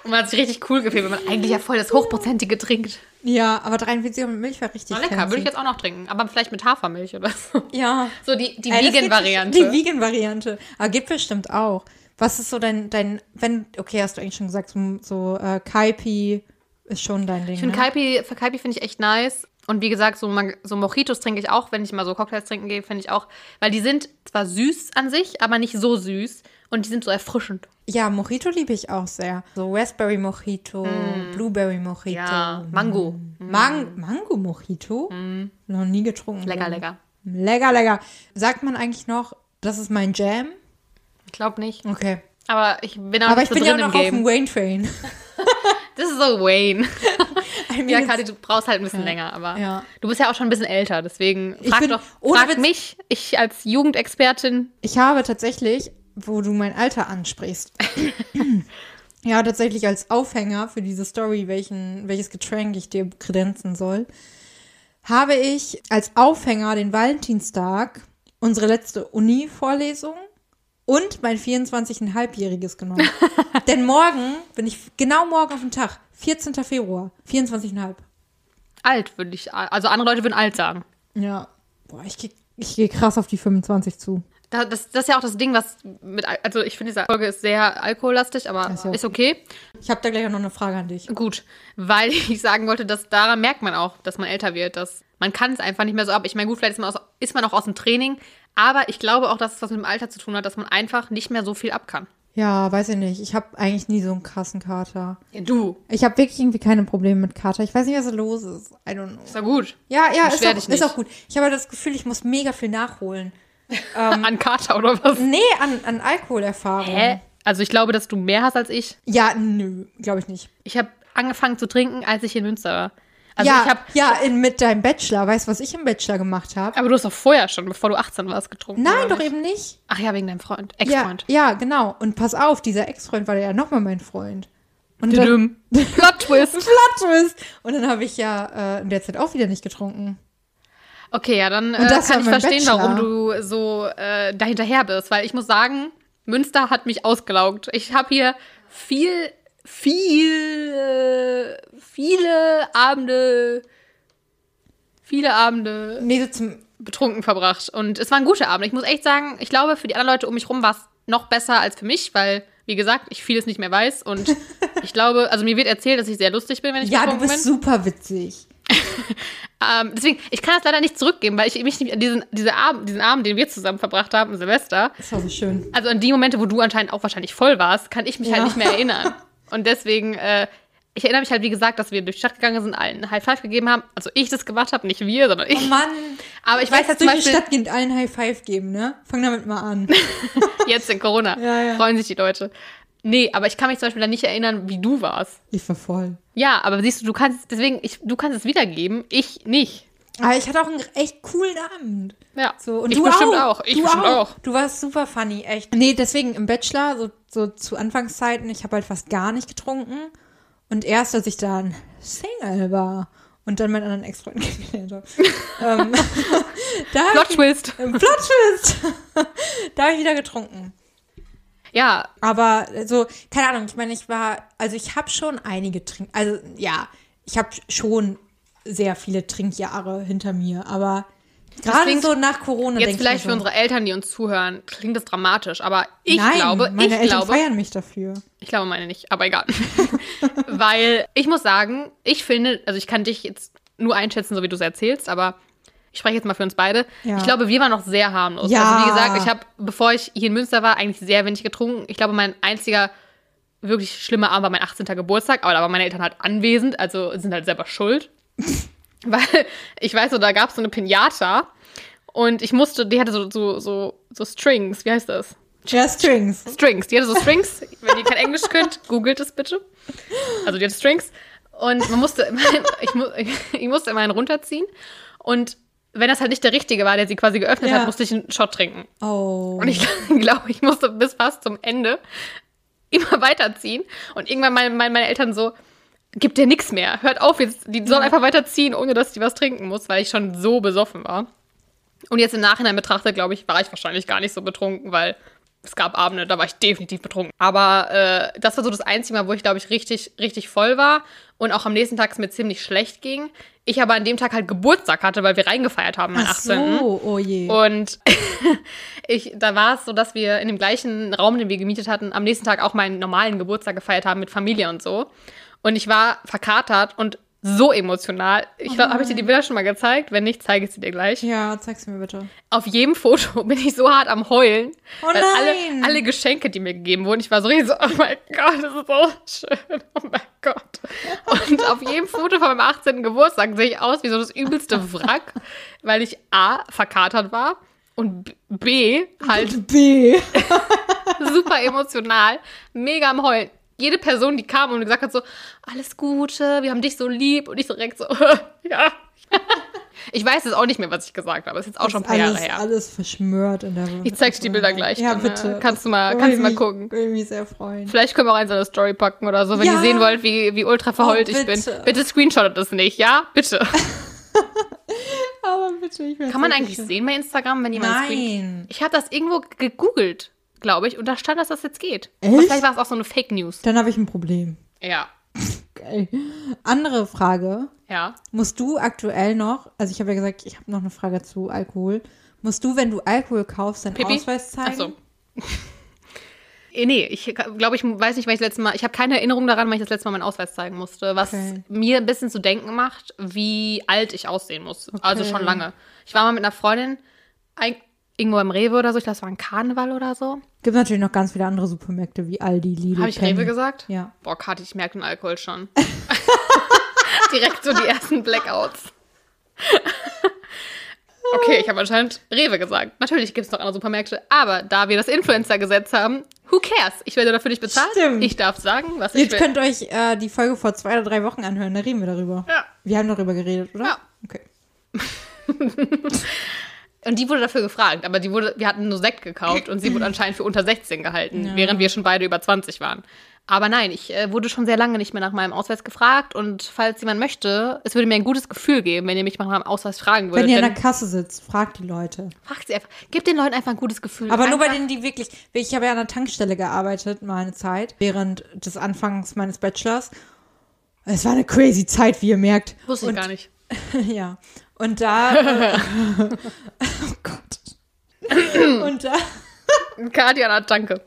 Speaker 2: Und man hat sich richtig cool gefühlt, weil man eigentlich ja voll das Hochprozentige trinkt.
Speaker 1: ja, aber 43 mit Milch war richtig
Speaker 2: War lecker,
Speaker 1: fancy.
Speaker 2: würde ich jetzt auch noch trinken. Aber vielleicht mit Hafermilch oder so.
Speaker 1: Ja.
Speaker 2: So die, die
Speaker 1: Ey, das geht
Speaker 2: Vegan-Variante.
Speaker 1: bestimmt- Die Vegan-Variante. Aber geht bestimmt auch. Was ist so dein, dein, wenn, okay, hast du eigentlich schon gesagt, so, so äh, Kaipi ist schon dein Ding.
Speaker 2: Ich finde
Speaker 1: ne?
Speaker 2: Kaipi, für Kaipi finde ich echt nice. Und wie gesagt, so, man, so Mojitos trinke ich auch, wenn ich mal so Cocktails trinken gehe, finde ich auch. Weil die sind zwar süß an sich, aber nicht so süß. Und die sind so erfrischend.
Speaker 1: Ja, Mojito liebe ich auch sehr. So Raspberry Mojito, Blueberry Mojito.
Speaker 2: Mm. Ja, Mango. Mm.
Speaker 1: Mang Mango Mojito? Noch nie getrunken.
Speaker 2: Lecker, lecker.
Speaker 1: Lecker, lecker. Sagt man eigentlich noch, das ist mein Jam?
Speaker 2: Ich glaube nicht.
Speaker 1: Okay.
Speaker 2: Aber ich bin auch
Speaker 1: Aber ich
Speaker 2: nicht
Speaker 1: bin
Speaker 2: so
Speaker 1: ja
Speaker 2: drin
Speaker 1: noch
Speaker 2: im
Speaker 1: auf dem
Speaker 2: Game.
Speaker 1: Wayne Train.
Speaker 2: Das ist so Wayne.
Speaker 1: I mean,
Speaker 2: ja,
Speaker 1: it's-
Speaker 2: Kathi, du brauchst halt ein bisschen länger, aber
Speaker 1: Ja.
Speaker 2: du bist ja auch schon ein bisschen älter, deswegen
Speaker 1: Ich
Speaker 2: frag
Speaker 1: bin-
Speaker 2: doch,
Speaker 1: ohne
Speaker 2: frag
Speaker 1: Witz-
Speaker 2: mich, ich als Jugendexpertin,
Speaker 1: Ich habe tatsächlich, wo du mein Alter ansprichst, ja, tatsächlich als Aufhänger für diese Story, welchen, welches Getränk ich dir kredenzen soll, habe ich als Aufhänger den Valentinstag, unsere letzte Uni-Vorlesung und mein 24,5-jähriges genommen. Denn morgen bin ich, genau morgen auf den Tag, 14. Februar, 24,5.
Speaker 2: alt würde ich, also andere Leute würden alt sagen.
Speaker 1: Ja, boah, ich gehe ich geh krass auf die 25 zu.
Speaker 2: Da, das, das ist ja auch das Ding, was mit, Al- also ich finde, diese Folge ist sehr alkohollastig, aber
Speaker 1: Ist ja
Speaker 2: ist okay.
Speaker 1: Ich habe da gleich auch noch eine Frage an dich.
Speaker 2: Gut, weil ich sagen wollte, dass daran merkt man auch, dass man älter wird, dass man kann es einfach nicht mehr so ab. Ich meine, gut, vielleicht ist man, aus, ist man auch aus dem Training, aber ich glaube auch, dass es was mit dem Alter zu tun hat, dass man einfach nicht mehr so viel ab kann.
Speaker 1: Ja, weiß ich nicht. Ich habe eigentlich nie so einen krassen Kater.
Speaker 2: Du,
Speaker 1: Ich habe wirklich irgendwie keine Probleme mit Kater. Ich weiß nicht, was da los ist. I don't know.
Speaker 2: ist ja gut.
Speaker 1: Ja, ja, ist
Speaker 2: Beschwer
Speaker 1: auch,
Speaker 2: dich
Speaker 1: ist
Speaker 2: nicht.
Speaker 1: auch gut. Ich habe halt das Gefühl, ich muss mega viel nachholen.
Speaker 2: An Kater oder was?
Speaker 1: Nee, an, an Alkoholerfahrung.
Speaker 2: Hä? Also ich glaube, dass du mehr hast als ich.
Speaker 1: Ja, nö, glaube ich nicht.
Speaker 2: Ich habe angefangen zu trinken, als ich in Münster war. Also
Speaker 1: ja,
Speaker 2: ich habe.
Speaker 1: ja in, mit deinem Bachelor. Weißt du, was ich im Bachelor gemacht habe?
Speaker 2: Aber du hast doch vorher schon, bevor du 18 warst, getrunken.
Speaker 1: Nein,
Speaker 2: oder
Speaker 1: doch
Speaker 2: nicht?
Speaker 1: eben nicht.
Speaker 2: Ach ja, wegen deinem Freund. Ex-Freund.
Speaker 1: Ja, ja, genau. Und pass auf, dieser Ex-Freund war ja nochmal mein Freund. Und dann,
Speaker 2: Tudum. Plot Twist.
Speaker 1: Plot Twist. Und dann habe ich ja äh, in der Zeit auch wieder nicht getrunken.
Speaker 2: Okay, ja, dann äh,
Speaker 1: Und das
Speaker 2: kann
Speaker 1: war mein
Speaker 2: ich verstehen,
Speaker 1: Bachelor.
Speaker 2: warum du so äh, dahinterher bist. Weil ich muss sagen, Münster hat mich ausgelaugt. Ich habe hier viel, viel, äh, viele Abende, viele Abende
Speaker 1: Nee, so zum,
Speaker 2: betrunken verbracht. Und es war ein guter Abend. Ich muss echt sagen, ich glaube, für die anderen Leute um mich rum war es noch besser als für mich, weil, wie gesagt, ich vieles nicht mehr weiß. Und ich glaube, also mir wird erzählt, dass ich sehr lustig bin, wenn ich
Speaker 1: ja, du
Speaker 2: betrunken
Speaker 1: bist
Speaker 2: bin.
Speaker 1: super witzig.
Speaker 2: Ähm, deswegen, ich kann das leider nicht zurückgeben, weil ich mich nicht an diesen, diese Abend, diesen Abend, den wir zusammen verbracht haben, im Silvester,
Speaker 1: Das war so schön.
Speaker 2: also an die Momente, wo du anscheinend auch wahrscheinlich voll warst, kann ich mich
Speaker 1: Ja.
Speaker 2: halt nicht mehr erinnern. Und deswegen, äh, ich erinnere mich halt, wie gesagt, dass wir durch die Stadt gegangen sind, allen High Five gegeben haben. Also ich das gemacht habe, nicht wir, sondern
Speaker 1: Oh.
Speaker 2: ich.
Speaker 1: Mann.
Speaker 2: Aber ich weiß
Speaker 1: jetzt
Speaker 2: jetzt zum
Speaker 1: durch die
Speaker 2: Beispiel,
Speaker 1: Stadt gehen allen High Five geben, ne? Fang damit mal an.
Speaker 2: Jetzt in Corona.
Speaker 1: Ja, ja.
Speaker 2: Freuen sich die Leute. Nee, aber ich kann mich zum Beispiel dann nicht erinnern, wie du warst.
Speaker 1: Ich war voll.
Speaker 2: Ja, aber siehst du, du kannst, deswegen, ich, du kannst es wiedergeben, ich nicht.
Speaker 1: Aber ich hatte auch einen echt coolen Abend.
Speaker 2: Ja.
Speaker 1: So, und
Speaker 2: ich
Speaker 1: du
Speaker 2: bestimmt
Speaker 1: auch.
Speaker 2: Ich
Speaker 1: du
Speaker 2: bestimmt auch.
Speaker 1: Du warst super funny, echt. Nee, deswegen im Bachelor, so, so zu Anfangszeiten, ich habe halt fast gar nicht getrunken. Und erst, als ich dann Single war und dann meinen anderen Ex-Freund kennengelernt habe, ähm, da
Speaker 2: Plot
Speaker 1: habe ich,
Speaker 2: Twist.
Speaker 1: Plot Twist. da habe ich wieder getrunken.
Speaker 2: Ja,
Speaker 1: Aber so, keine Ahnung, ich meine, ich war, also ich habe schon einige Trink, also ja, ich habe schon sehr viele Trinkjahre hinter mir, aber gerade
Speaker 2: klingt
Speaker 1: so nach Corona
Speaker 2: jetzt
Speaker 1: denk
Speaker 2: vielleicht
Speaker 1: ich
Speaker 2: für
Speaker 1: mir so,
Speaker 2: unsere Eltern, die uns zuhören, klingt das dramatisch, aber ich
Speaker 1: Nein,
Speaker 2: glaube,
Speaker 1: meine
Speaker 2: ich
Speaker 1: Eltern
Speaker 2: glaube,
Speaker 1: feiern mich dafür.
Speaker 2: ich glaube meine nicht, aber egal. Weil ich muss sagen, ich finde, also ich kann dich jetzt nur einschätzen, so wie du es erzählst, aber ich spreche jetzt mal für uns beide.
Speaker 1: Ja.
Speaker 2: Ich glaube, wir waren noch sehr harmlos.
Speaker 1: Ja.
Speaker 2: Also wie gesagt, ich habe, bevor ich hier in Münster war, eigentlich sehr wenig getrunken. Ich glaube, mein einziger wirklich schlimmer Abend war mein 18. Geburtstag, aber da waren meine Eltern halt anwesend, also sind halt selber schuld. Weil ich weiß so, da gab es so eine Pinata und ich musste, die hatte so, so, so, so Strings, wie heißt das?
Speaker 1: Ja, Strings.
Speaker 2: Strings. Die hatte so Strings. Wenn ihr kein Englisch könnt, googelt es bitte. Also die hatte Strings. Und man musste immerhin, ich, mu ich musste immerhin runterziehen. Und wenn das halt nicht der richtige war, der sie quasi geöffnet
Speaker 1: Ja.
Speaker 2: hat, musste ich einen Shot trinken.
Speaker 1: Oh.
Speaker 2: Und ich glaube, ich musste bis fast zum Ende immer weiterziehen. Und irgendwann meinen mein, meine Eltern so, gib dir nichts mehr. Hört auf, jetzt, die sollen einfach weiterziehen, ohne dass die was trinken muss, weil ich schon so besoffen war. Und jetzt im Nachhinein betrachtet, glaube ich, war ich wahrscheinlich gar nicht so betrunken, weil es gab Abende, da war ich definitiv betrunken. Aber äh, das war so das einzige Mal, wo ich, glaube ich, richtig, richtig voll war und auch am nächsten Tag es mir ziemlich schlecht ging. Ich aber an dem Tag halt Geburtstag hatte, weil wir reingefeiert haben am
Speaker 1: Ach
Speaker 2: 18.
Speaker 1: so, oh je.
Speaker 2: Und ich, da war es so, dass wir in dem gleichen Raum, den wir gemietet hatten, am nächsten Tag auch meinen normalen Geburtstag gefeiert haben mit Familie und so. Und ich war verkatert und so emotional. Ich glaube, habe ich dir die Bilder schon mal gezeigt? Wenn nicht, zeige ich sie dir gleich.
Speaker 1: Ja, zeig's mir bitte.
Speaker 2: Auf jedem Foto bin ich so hart am Heulen.
Speaker 1: Oh
Speaker 2: weil
Speaker 1: nein!
Speaker 2: Alle, alle Geschenke, die mir gegeben wurden, ich war so richtig so, oh mein Gott, das ist so schön. Oh mein Gott. Und auf jedem Foto von meinem 18. Geburtstag sehe ich aus wie so das übelste Wrack, weil ich A, verkatert war und B, halt
Speaker 1: B.
Speaker 2: super emotional, mega am Heulen. Jede Person, die kam und gesagt hat so, alles Gute, wir haben dich so lieb. Und ich so direkt so, ja. Ich weiß jetzt auch nicht mehr, was ich gesagt habe. Das ist jetzt auch schon ein paar
Speaker 1: alles,
Speaker 2: Jahre her.
Speaker 1: alles verschmört in der
Speaker 2: Ich zeig dir die Bilder gleich.
Speaker 1: Ja,
Speaker 2: dann, äh,
Speaker 1: bitte.
Speaker 2: Kannst du mal,
Speaker 1: Würde
Speaker 2: kannst du mal
Speaker 1: mich-
Speaker 2: gucken.
Speaker 1: Würde mich sehr freuen.
Speaker 2: Vielleicht können wir auch eins in eine Story packen oder so, wenn
Speaker 1: Ja.
Speaker 2: ihr sehen wollt, wie, wie ultra verheult
Speaker 1: Oh,
Speaker 2: ich bin.
Speaker 1: bitte.
Speaker 2: Bitte screenshotet das nicht, ja? Bitte.
Speaker 1: Aber bitte, ich will
Speaker 2: Kann man
Speaker 1: so
Speaker 2: eigentlich
Speaker 1: richtig-
Speaker 2: sehen bei Instagram, wenn jemand
Speaker 1: Nein.
Speaker 2: Ich habe das irgendwo gegoogelt, glaube ich, und da stand, dass das jetzt geht.
Speaker 1: Echt?
Speaker 2: Aber vielleicht war es auch so eine Fake News.
Speaker 1: Dann habe ich ein Problem.
Speaker 2: Ja.
Speaker 1: Geil. Andere Frage.
Speaker 2: Ja.
Speaker 1: Musst du aktuell noch, also ich habe ja gesagt, ich habe noch eine Frage zu Alkohol. Musst du, wenn du Alkohol kaufst, deinen
Speaker 2: Pipi?
Speaker 1: Ausweis zeigen?
Speaker 2: Ach so. Eh, Nee, ich glaube, ich weiß nicht, weil ich das letzte Mal, ich habe keine Erinnerung daran, weil ich das letzte Mal meinen Ausweis zeigen musste, was
Speaker 1: Okay.
Speaker 2: mir ein bisschen zu denken macht, wie alt ich aussehen muss. Also schon lange. Ich war mal mit einer Freundin ein, irgendwo im Rewe oder so, ich glaube, es war ein Karneval oder so.
Speaker 1: Gibt natürlich noch ganz viele andere Supermärkte wie Aldi, Lidl.
Speaker 2: Habe ich
Speaker 1: Penny.
Speaker 2: Rewe gesagt?
Speaker 1: Ja.
Speaker 2: Boah, Kathi, ich merke den Alkohol schon. Direkt so die ersten Blackouts. okay, ich habe anscheinend Rewe gesagt. Natürlich gibt es noch andere Supermärkte, aber da wir das Influencer-Gesetz haben, Who cares? Ich werde dafür nicht bezahlt.
Speaker 1: Stimmt.
Speaker 2: Ich darf sagen, was
Speaker 1: Ihr
Speaker 2: ich will.
Speaker 1: könnt euch äh, die Folge vor zwei oder drei Wochen anhören, da reden wir darüber.
Speaker 2: Ja.
Speaker 1: Wir haben darüber geredet, oder?
Speaker 2: Ja.
Speaker 1: Okay.
Speaker 2: Und die wurde dafür gefragt, aber die wurde, wir hatten nur Sekt gekauft und sie wurde anscheinend für unter 16 gehalten,
Speaker 1: Ja.
Speaker 2: während wir schon beide über 20 waren. Aber nein, ich äh, wurde schon sehr lange nicht mehr nach meinem Ausweis gefragt und falls jemand möchte, es würde mir ein gutes Gefühl geben, wenn ihr mich nach meinem Ausweis fragen
Speaker 1: Wenn
Speaker 2: würdet.
Speaker 1: ihr an der
Speaker 2: dann
Speaker 1: Kasse sitzt, fragt die Leute.
Speaker 2: fragt sie einfach, gebt den Leuten einfach ein gutes Gefühl.
Speaker 1: Aber nur bei
Speaker 2: Einfach-
Speaker 1: denen, die wirklich. Ich habe ja an der Tankstelle gearbeitet, mal eine Zeit, während des Anfangs meines Bachelors. Es war eine crazy Zeit, wie ihr merkt.
Speaker 2: Wusste ich
Speaker 1: und,
Speaker 2: gar nicht.
Speaker 1: Ja. Und da. äh, oh Gott. Und da.
Speaker 2: Kati an der Tanke.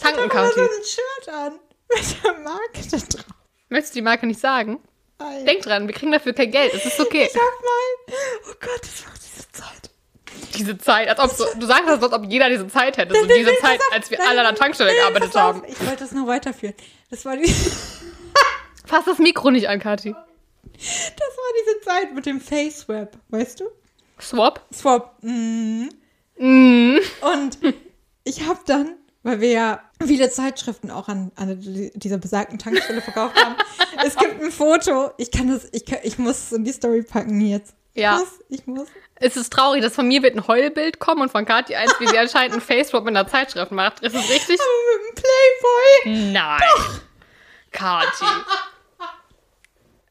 Speaker 2: Tanken,
Speaker 1: Da war so
Speaker 2: Kati.
Speaker 1: ein Shirt an. Mit der Marke da drauf.
Speaker 2: Möchtest du die Marke nicht sagen?
Speaker 1: Alter.
Speaker 2: Denk dran, wir kriegen dafür kein Geld. Es ist okay.
Speaker 1: Ich sag mal. Oh Gott, das war diese Zeit.
Speaker 2: Diese Zeit, als ob so, du sagst das, als ob jeder diese Zeit hätte. So diese
Speaker 1: Pass
Speaker 2: Zeit,
Speaker 1: auf.
Speaker 2: als wir
Speaker 1: Nein,
Speaker 2: alle an der Tankstelle
Speaker 1: nein,
Speaker 2: gearbeitet
Speaker 1: pass auf.
Speaker 2: haben.
Speaker 1: Ich wollte das nur weiterführen. Das war die.
Speaker 2: Fass das Mikro nicht an, Kati.
Speaker 1: Das war diese Zeit mit dem Face-Web, weißt du?
Speaker 2: Swap?
Speaker 1: Swap. Mhm.
Speaker 2: Mm.
Speaker 1: Und ich habe dann, weil wir ja viele Zeitschriften auch an, an dieser besagten Tankstelle verkauft haben, es gibt ein Foto. Ich kann das, ich, kann, ich muss es in die Story packen jetzt.
Speaker 2: Ja.
Speaker 1: Ich muss, ich muss.
Speaker 2: Es ist traurig, dass von mir wird ein Heulbild kommen und von Kathi eins, wie sie anscheinend einen Face-Swap in der Zeitschrift macht. Ist es richtig?
Speaker 1: Aber Oh, mit dem Playboy.
Speaker 2: Nein. Kathi.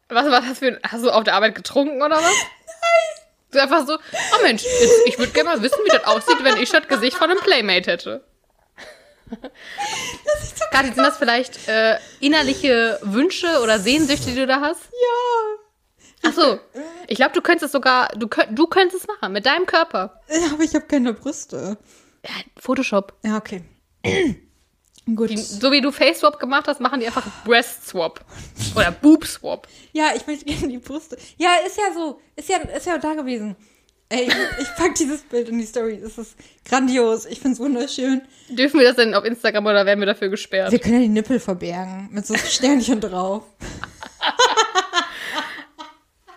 Speaker 2: Was war das für ein... Hast du auf der Arbeit getrunken oder was? Nein. Du einfach so, oh Mensch, jetzt, ich würde gerne mal wissen, wie das aussieht, wenn ich das Gesicht von einem Playmate hätte. Kathi, sind das vielleicht äh, innerliche Wünsche oder Sehnsüchte, die du da hast?
Speaker 1: Ja.
Speaker 2: Ach so. Ich glaube, du könntest sogar, du, könnt- du könntest es machen mit deinem Körper.
Speaker 1: Aber ich habe keine Brüste.
Speaker 2: Photoshop.
Speaker 1: Ja, okay. Gut.
Speaker 2: Die, so wie du Face Swap gemacht hast, machen die einfach Breast Swap oder Boob Swap.
Speaker 1: Ja, ich möchte gerne die Brüste. Ja, ist ja so. Ist ja, ist ja da gewesen. Ey, ich, ich pack dieses Bild in die Story. Es ist grandios. Ich find's wunderschön.
Speaker 2: Dürfen wir das denn auf Instagram oder werden wir dafür gesperrt?
Speaker 1: Wir können ja die Nippel verbergen. Mit so einem Sternchen drauf.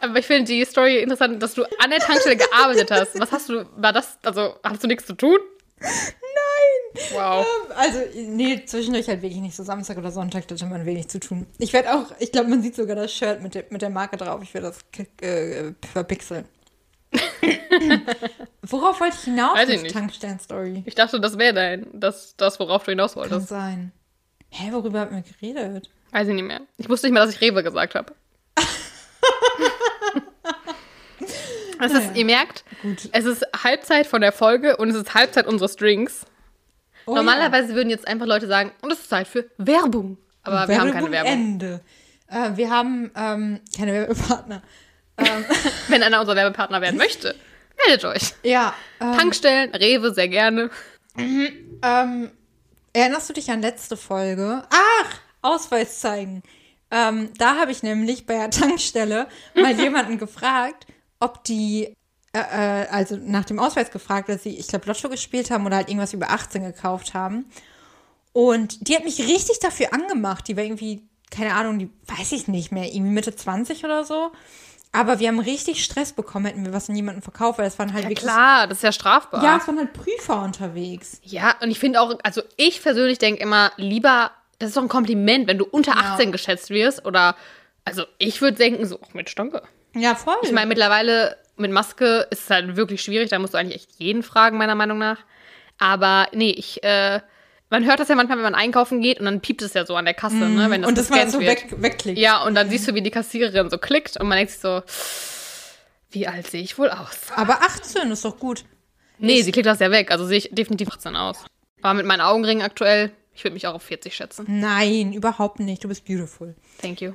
Speaker 2: Aber ich finde die Story interessant, dass du an der Tankstelle gearbeitet hast. Was hast du, war das, also hattest du nichts zu tun?
Speaker 1: Nein!
Speaker 2: Wow.
Speaker 1: Ähm, Also, nee, zwischendurch halt wirklich nicht so. Samstag oder Sonntag da hatte man wenig zu tun. Ich werde auch, ich glaube, man sieht sogar das Shirt mit der, mit der Marke drauf. Ich werde das äh, verpixeln. Worauf wollte ich hinaus
Speaker 2: Weiß ich
Speaker 1: mit
Speaker 2: nicht.
Speaker 1: Tankstellen-Story?
Speaker 2: Ich dachte, das wäre dein, das, das, worauf du hinaus
Speaker 1: Kann
Speaker 2: wolltest.
Speaker 1: sein. Hä, worüber hat man geredet?
Speaker 2: Weiß ich nicht mehr. Ich wusste nicht mehr, dass ich Rewe gesagt habe. Das ist, ihr merkt,
Speaker 1: Gut.
Speaker 2: es ist Halbzeit von der Folge und es ist Halbzeit unseres Drinks.
Speaker 1: Oh ja.
Speaker 2: Normalerweise würden jetzt einfach Leute sagen, und es ist Zeit für Werbung. Aber wir haben keine Werbung.
Speaker 1: Ende. Äh, wir haben ähm, keine Werbepartner.
Speaker 2: Wenn einer unser Werbepartner werden möchte, meldet euch.
Speaker 1: Ja. Ähm,
Speaker 2: Tankstellen, Rewe, sehr gerne.
Speaker 1: ähm, erinnerst du dich an letzte Folge? Ach, Ausweis zeigen. Ähm, da habe ich nämlich bei der Tankstelle mal jemanden gefragt, ob die, äh, äh, also nach dem Ausweis gefragt, dass sie, ich glaube, Lotto gespielt haben oder halt irgendwas über 18 gekauft haben. Und die hat mich richtig dafür angemacht. Die war irgendwie, keine Ahnung, die weiß ich nicht mehr, irgendwie Mitte 20 oder so. Aber wir haben richtig Stress bekommen, hätten wir was an jemanden verkauft, weil es waren halt
Speaker 2: Ja,
Speaker 1: wirklich.
Speaker 2: klar, das ist ja strafbar.
Speaker 1: Ja, es waren halt Prüfer unterwegs.
Speaker 2: Ja, und ich finde auch, also ich persönlich denke immer, lieber, das ist doch ein Kompliment, wenn du unter
Speaker 1: Genau.
Speaker 2: 18 geschätzt wirst oder, also ich würde denken, so, ach Mensch, danke.
Speaker 1: Ja, voll.
Speaker 2: Ich meine, mittlerweile mit Maske ist es halt wirklich schwierig, da musst du eigentlich echt jeden fragen, meiner Meinung nach. Aber nee, ich, äh, man hört das ja manchmal, wenn man einkaufen geht und dann piept es ja so an der Kasse, ne, wenn
Speaker 1: Mhm.
Speaker 2: das
Speaker 1: und das man
Speaker 2: gescannt
Speaker 1: so
Speaker 2: wird.
Speaker 1: weg, wegklickt.
Speaker 2: Ja, und dann siehst du, wie die Kassiererin so klickt und man denkt sich so, wie alt sehe ich wohl aus?
Speaker 1: Aber 18 ist doch gut.
Speaker 2: Nee, sie klickt das ja weg, also sehe ich definitiv 18 aus. Aber mit meinen Augenringen aktuell, ich würde mich auch auf 40 schätzen.
Speaker 1: Nein, überhaupt nicht. Du bist beautiful.
Speaker 2: Thank you.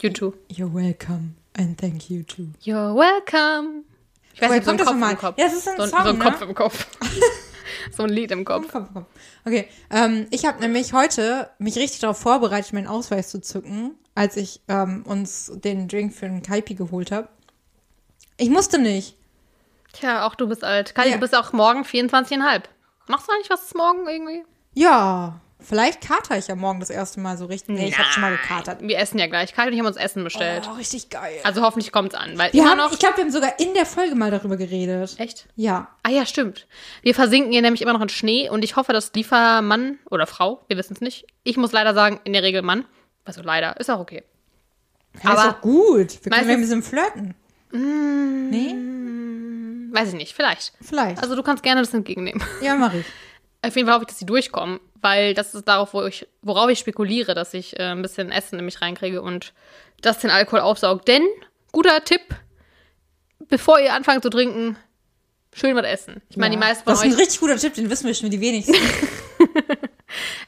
Speaker 2: You too.
Speaker 1: You're welcome. And thank you too.
Speaker 2: You're welcome. Ich weiß
Speaker 1: Woher
Speaker 2: nicht, so ein
Speaker 1: kommt das
Speaker 2: Kopf
Speaker 1: nochmal?
Speaker 2: im Kopf.
Speaker 1: Ja, es ist ein
Speaker 2: so,
Speaker 1: Song,
Speaker 2: so ein
Speaker 1: ne?
Speaker 2: Kopf im Kopf. so ein Lied im Kopf.
Speaker 1: Komm, komm. Okay, ähm, ich habe nämlich heute mich richtig darauf vorbereitet, meinen Ausweis zu zücken, als ich ähm, uns den Drink für den Kaipi geholt habe. Ich musste nicht.
Speaker 2: Tja, auch du bist alt. Kali,
Speaker 1: Ja.
Speaker 2: du bist auch morgen 24,5. Machst du eigentlich was morgen irgendwie?
Speaker 1: Ja, Vielleicht kater ich ja morgen das erste Mal so richtig. Nee, ich habe schon mal
Speaker 2: Nein.
Speaker 1: gekatert.
Speaker 2: Wir essen ja gleich. Kathi und ich haben uns Essen bestellt.
Speaker 1: Oh, richtig geil.
Speaker 2: Also hoffentlich kommt's an, weil
Speaker 1: wir
Speaker 2: immer
Speaker 1: haben,
Speaker 2: noch
Speaker 1: ich glaube, wir haben sogar in der Folge mal darüber geredet.
Speaker 2: echt.
Speaker 1: Ja.
Speaker 2: Ah ja, stimmt. Wir versinken hier nämlich immer noch in Schnee und ich hoffe, dass Liefermann oder Frau, wir wissen es nicht. Ich muss leider sagen, in der Regel Mann. Also leider, ist auch okay.
Speaker 1: Ja, ist
Speaker 2: Aber-
Speaker 1: doch gut. Wir können ja ein
Speaker 2: Meistens- Mm.
Speaker 1: bisschen flirten. Nee?
Speaker 2: Weiß ich nicht, vielleicht.
Speaker 1: Vielleicht.
Speaker 2: Also du kannst gerne das entgegennehmen.
Speaker 1: ja, mach ich.
Speaker 2: Auf jeden Fall hoffe ich, dass sie durchkommen, weil das ist darauf, wo ich, worauf ich spekuliere, dass ich äh, ein bisschen Essen in mich reinkriege und das den Alkohol aufsaugt. Denn, guter Tipp, bevor ihr anfangt zu trinken, schön was essen. Ich meine, die meisten von
Speaker 1: das ist ein
Speaker 2: euch.
Speaker 1: richtig guter Tipp, den wissen wir schon die wenigsten.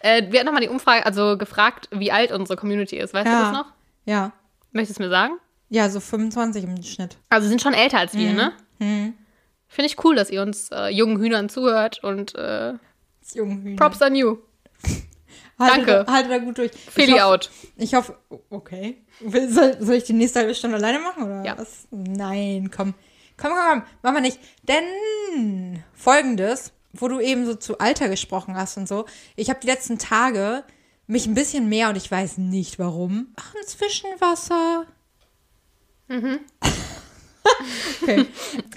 Speaker 2: Äh, wir hatten nochmal die Umfrage, also gefragt, wie alt unsere Community ist. Weißt du
Speaker 1: ja.
Speaker 2: das noch?
Speaker 1: Ja.
Speaker 2: Möchtest du es mir sagen?
Speaker 1: Ja, so 25 im Schnitt.
Speaker 2: Also sie sind schon älter als
Speaker 1: Mhm.
Speaker 2: wir, ne? Finde ich cool, dass ihr uns äh, jungen Hühnern zuhört und äh,
Speaker 1: Junghühner.
Speaker 2: Props an you.
Speaker 1: Haltet
Speaker 2: danke.
Speaker 1: Da, haltet da gut durch.
Speaker 2: Feli
Speaker 1: ich hoffe,
Speaker 2: out.
Speaker 1: Ich hoffe, okay. Will- Soll, soll ich die nächste halbe Stunde alleine machen oder
Speaker 2: Ja.
Speaker 1: was? Nein, komm. Komm, komm, komm, machen wir nicht. Denn folgendes, wo du eben so zu Alter gesprochen hast und so. Ich habe die letzten Tage mich ein bisschen mehr und ich weiß nicht warum. Ach, ein Zwischenwasser. okay.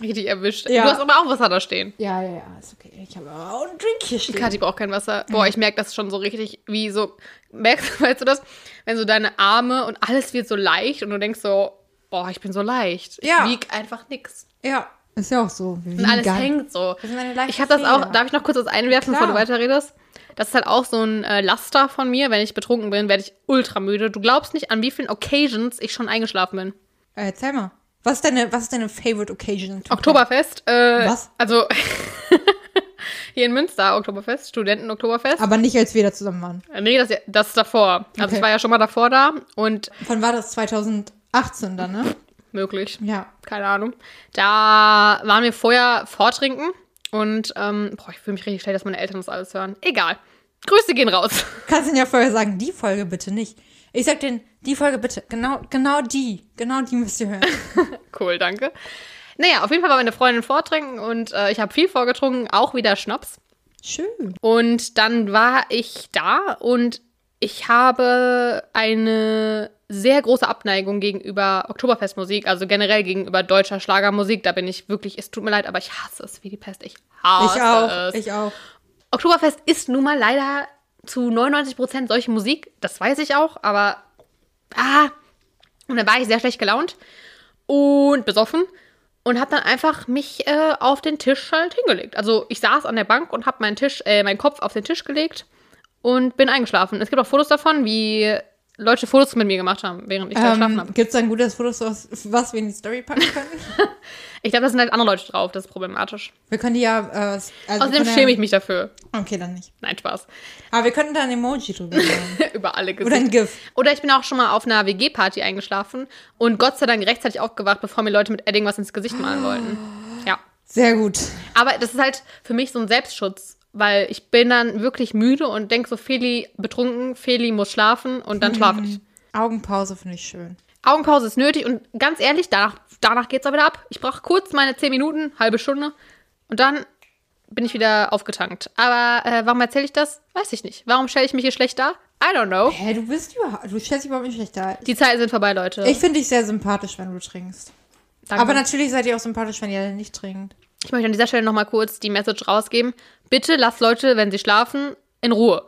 Speaker 2: Richtig erwischt.
Speaker 1: Ja.
Speaker 2: Du hast aber auch Wasser da stehen.
Speaker 1: Ja, ja, ja, ist okay. Ich habe auch einen Drink hier stehen.
Speaker 2: Kathi braucht kein Wasser.
Speaker 1: Mhm.
Speaker 2: Boah, ich merke das schon so richtig, wie so, merkst, weißt du das? Wenn so deine Arme und alles wird so leicht und du denkst so, boah, ich bin so leicht.
Speaker 1: Ja.
Speaker 2: Ich wieg einfach nix.
Speaker 1: Ja, ist ja auch so. Wir
Speaker 2: Und
Speaker 1: wiegen
Speaker 2: alles
Speaker 1: gar-
Speaker 2: hängt so.
Speaker 1: Das sind meine leichten
Speaker 2: Ich habe das
Speaker 1: Fehler.
Speaker 2: auch, darf ich noch kurz was einwerfen,
Speaker 1: Klar.
Speaker 2: bevor du weiterredest? Das ist halt auch so ein äh, Laster von mir. Wenn ich betrunken bin, werde ich ultra müde. Du glaubst nicht, an wie vielen Occasions ich schon eingeschlafen bin.
Speaker 1: Äh, Erzähl mal. Was ist deine, was ist deine Favorite Occasion?
Speaker 2: Oktoberfest. Äh,
Speaker 1: Was?
Speaker 2: Also hier in Münster, Oktoberfest, Studenten-Oktoberfest.
Speaker 1: Aber nicht, als wir da zusammen waren.
Speaker 2: Nee, das, das davor. Also
Speaker 1: Ah. Okay.
Speaker 2: ich war ja schon mal davor da und
Speaker 1: Wann war das? 2018 dann, ne?
Speaker 2: möglich,
Speaker 1: Ja.
Speaker 2: keine Ahnung. Da waren wir vorher vortrinken und ähm, boah, ich fühle mich richtig schlecht, dass meine Eltern das alles hören. Egal. Grüße gehen raus.
Speaker 1: Kannst du ja vorher sagen, die Folge bitte nicht. Ich sag denen, die Folge bitte. Genau, genau die. Genau die müsst ihr hören.
Speaker 2: cool, danke. Naja, auf jeden Fall war meine Freundin vortrinken und äh, ich habe viel vorgetrunken, auch wieder Schnaps.
Speaker 1: Schön.
Speaker 2: Und dann war ich da und ich habe eine sehr große Abneigung gegenüber Oktoberfestmusik, also generell gegenüber deutscher Schlagermusik. Da bin ich wirklich, es tut mir leid, aber ich hasse es wie die Pest. Ich hasse
Speaker 1: ich auch.
Speaker 2: es.
Speaker 1: Ich auch.
Speaker 2: Oktoberfest ist nun mal leider zu 99 Prozent solche Musik. Das weiß ich auch, aber ah, und dann war ich sehr schlecht gelaunt und besoffen und habe dann einfach mich äh, auf den Tisch halt hingelegt. Also ich saß an der Bank und habe meinen Tisch, äh, meinen Kopf auf den Tisch gelegt und bin eingeschlafen. Es gibt auch Fotos davon, wie Leute Fotos mit mir gemacht haben, während ich da geschlafen
Speaker 1: Ähm,
Speaker 2: habe.
Speaker 1: Gibt es ein gutes Foto, was wir in die Story packen können?
Speaker 2: Ich glaube, da sind halt andere Leute drauf. Das ist problematisch.
Speaker 1: wir können die ja. Äh, also
Speaker 2: Außerdem schäme ich mich dafür.
Speaker 1: mich. Okay, dann nicht.
Speaker 2: Nein, Spaß.
Speaker 1: Aber wir könnten da ein Emoji drüber machen.
Speaker 2: Über alle Gesichter.
Speaker 1: Oder ein GIF.
Speaker 2: Oder ich bin auch schon mal auf einer WG-Party eingeschlafen und Gott sei Dank rechtzeitig aufgewacht, bevor mir Leute mit Edding was ins Gesicht malen wollten. Ja.
Speaker 1: Sehr gut.
Speaker 2: Aber das ist halt für mich so ein Selbstschutz, weil ich bin dann wirklich müde und denke so, Feli betrunken, Feli muss schlafen und dann schlafe ich.
Speaker 1: Augenpause finde ich schön.
Speaker 2: Augenpause ist nötig und ganz ehrlich, danach, danach geht's aber wieder ab. Ich brauche kurz meine 10 Minuten, halbe Stunde und dann bin ich wieder aufgetankt. Aber äh, warum erzähle ich das? Weiß ich nicht. Warum stelle ich mich hier schlecht dar? I don't know.
Speaker 1: Hä, du bist überhaupt. Du stellst dich überhaupt nicht schlecht da.
Speaker 2: Die Zeiten sind vorbei, Leute.
Speaker 1: Ich finde dich sehr sympathisch, wenn du trinkst.
Speaker 2: Danke.
Speaker 1: Aber natürlich seid ihr auch sympathisch, wenn ihr nicht trinkt.
Speaker 2: Ich möchte an dieser Stelle nochmal kurz die Message rausgeben. Bitte lasst Leute, wenn sie schlafen, in Ruhe.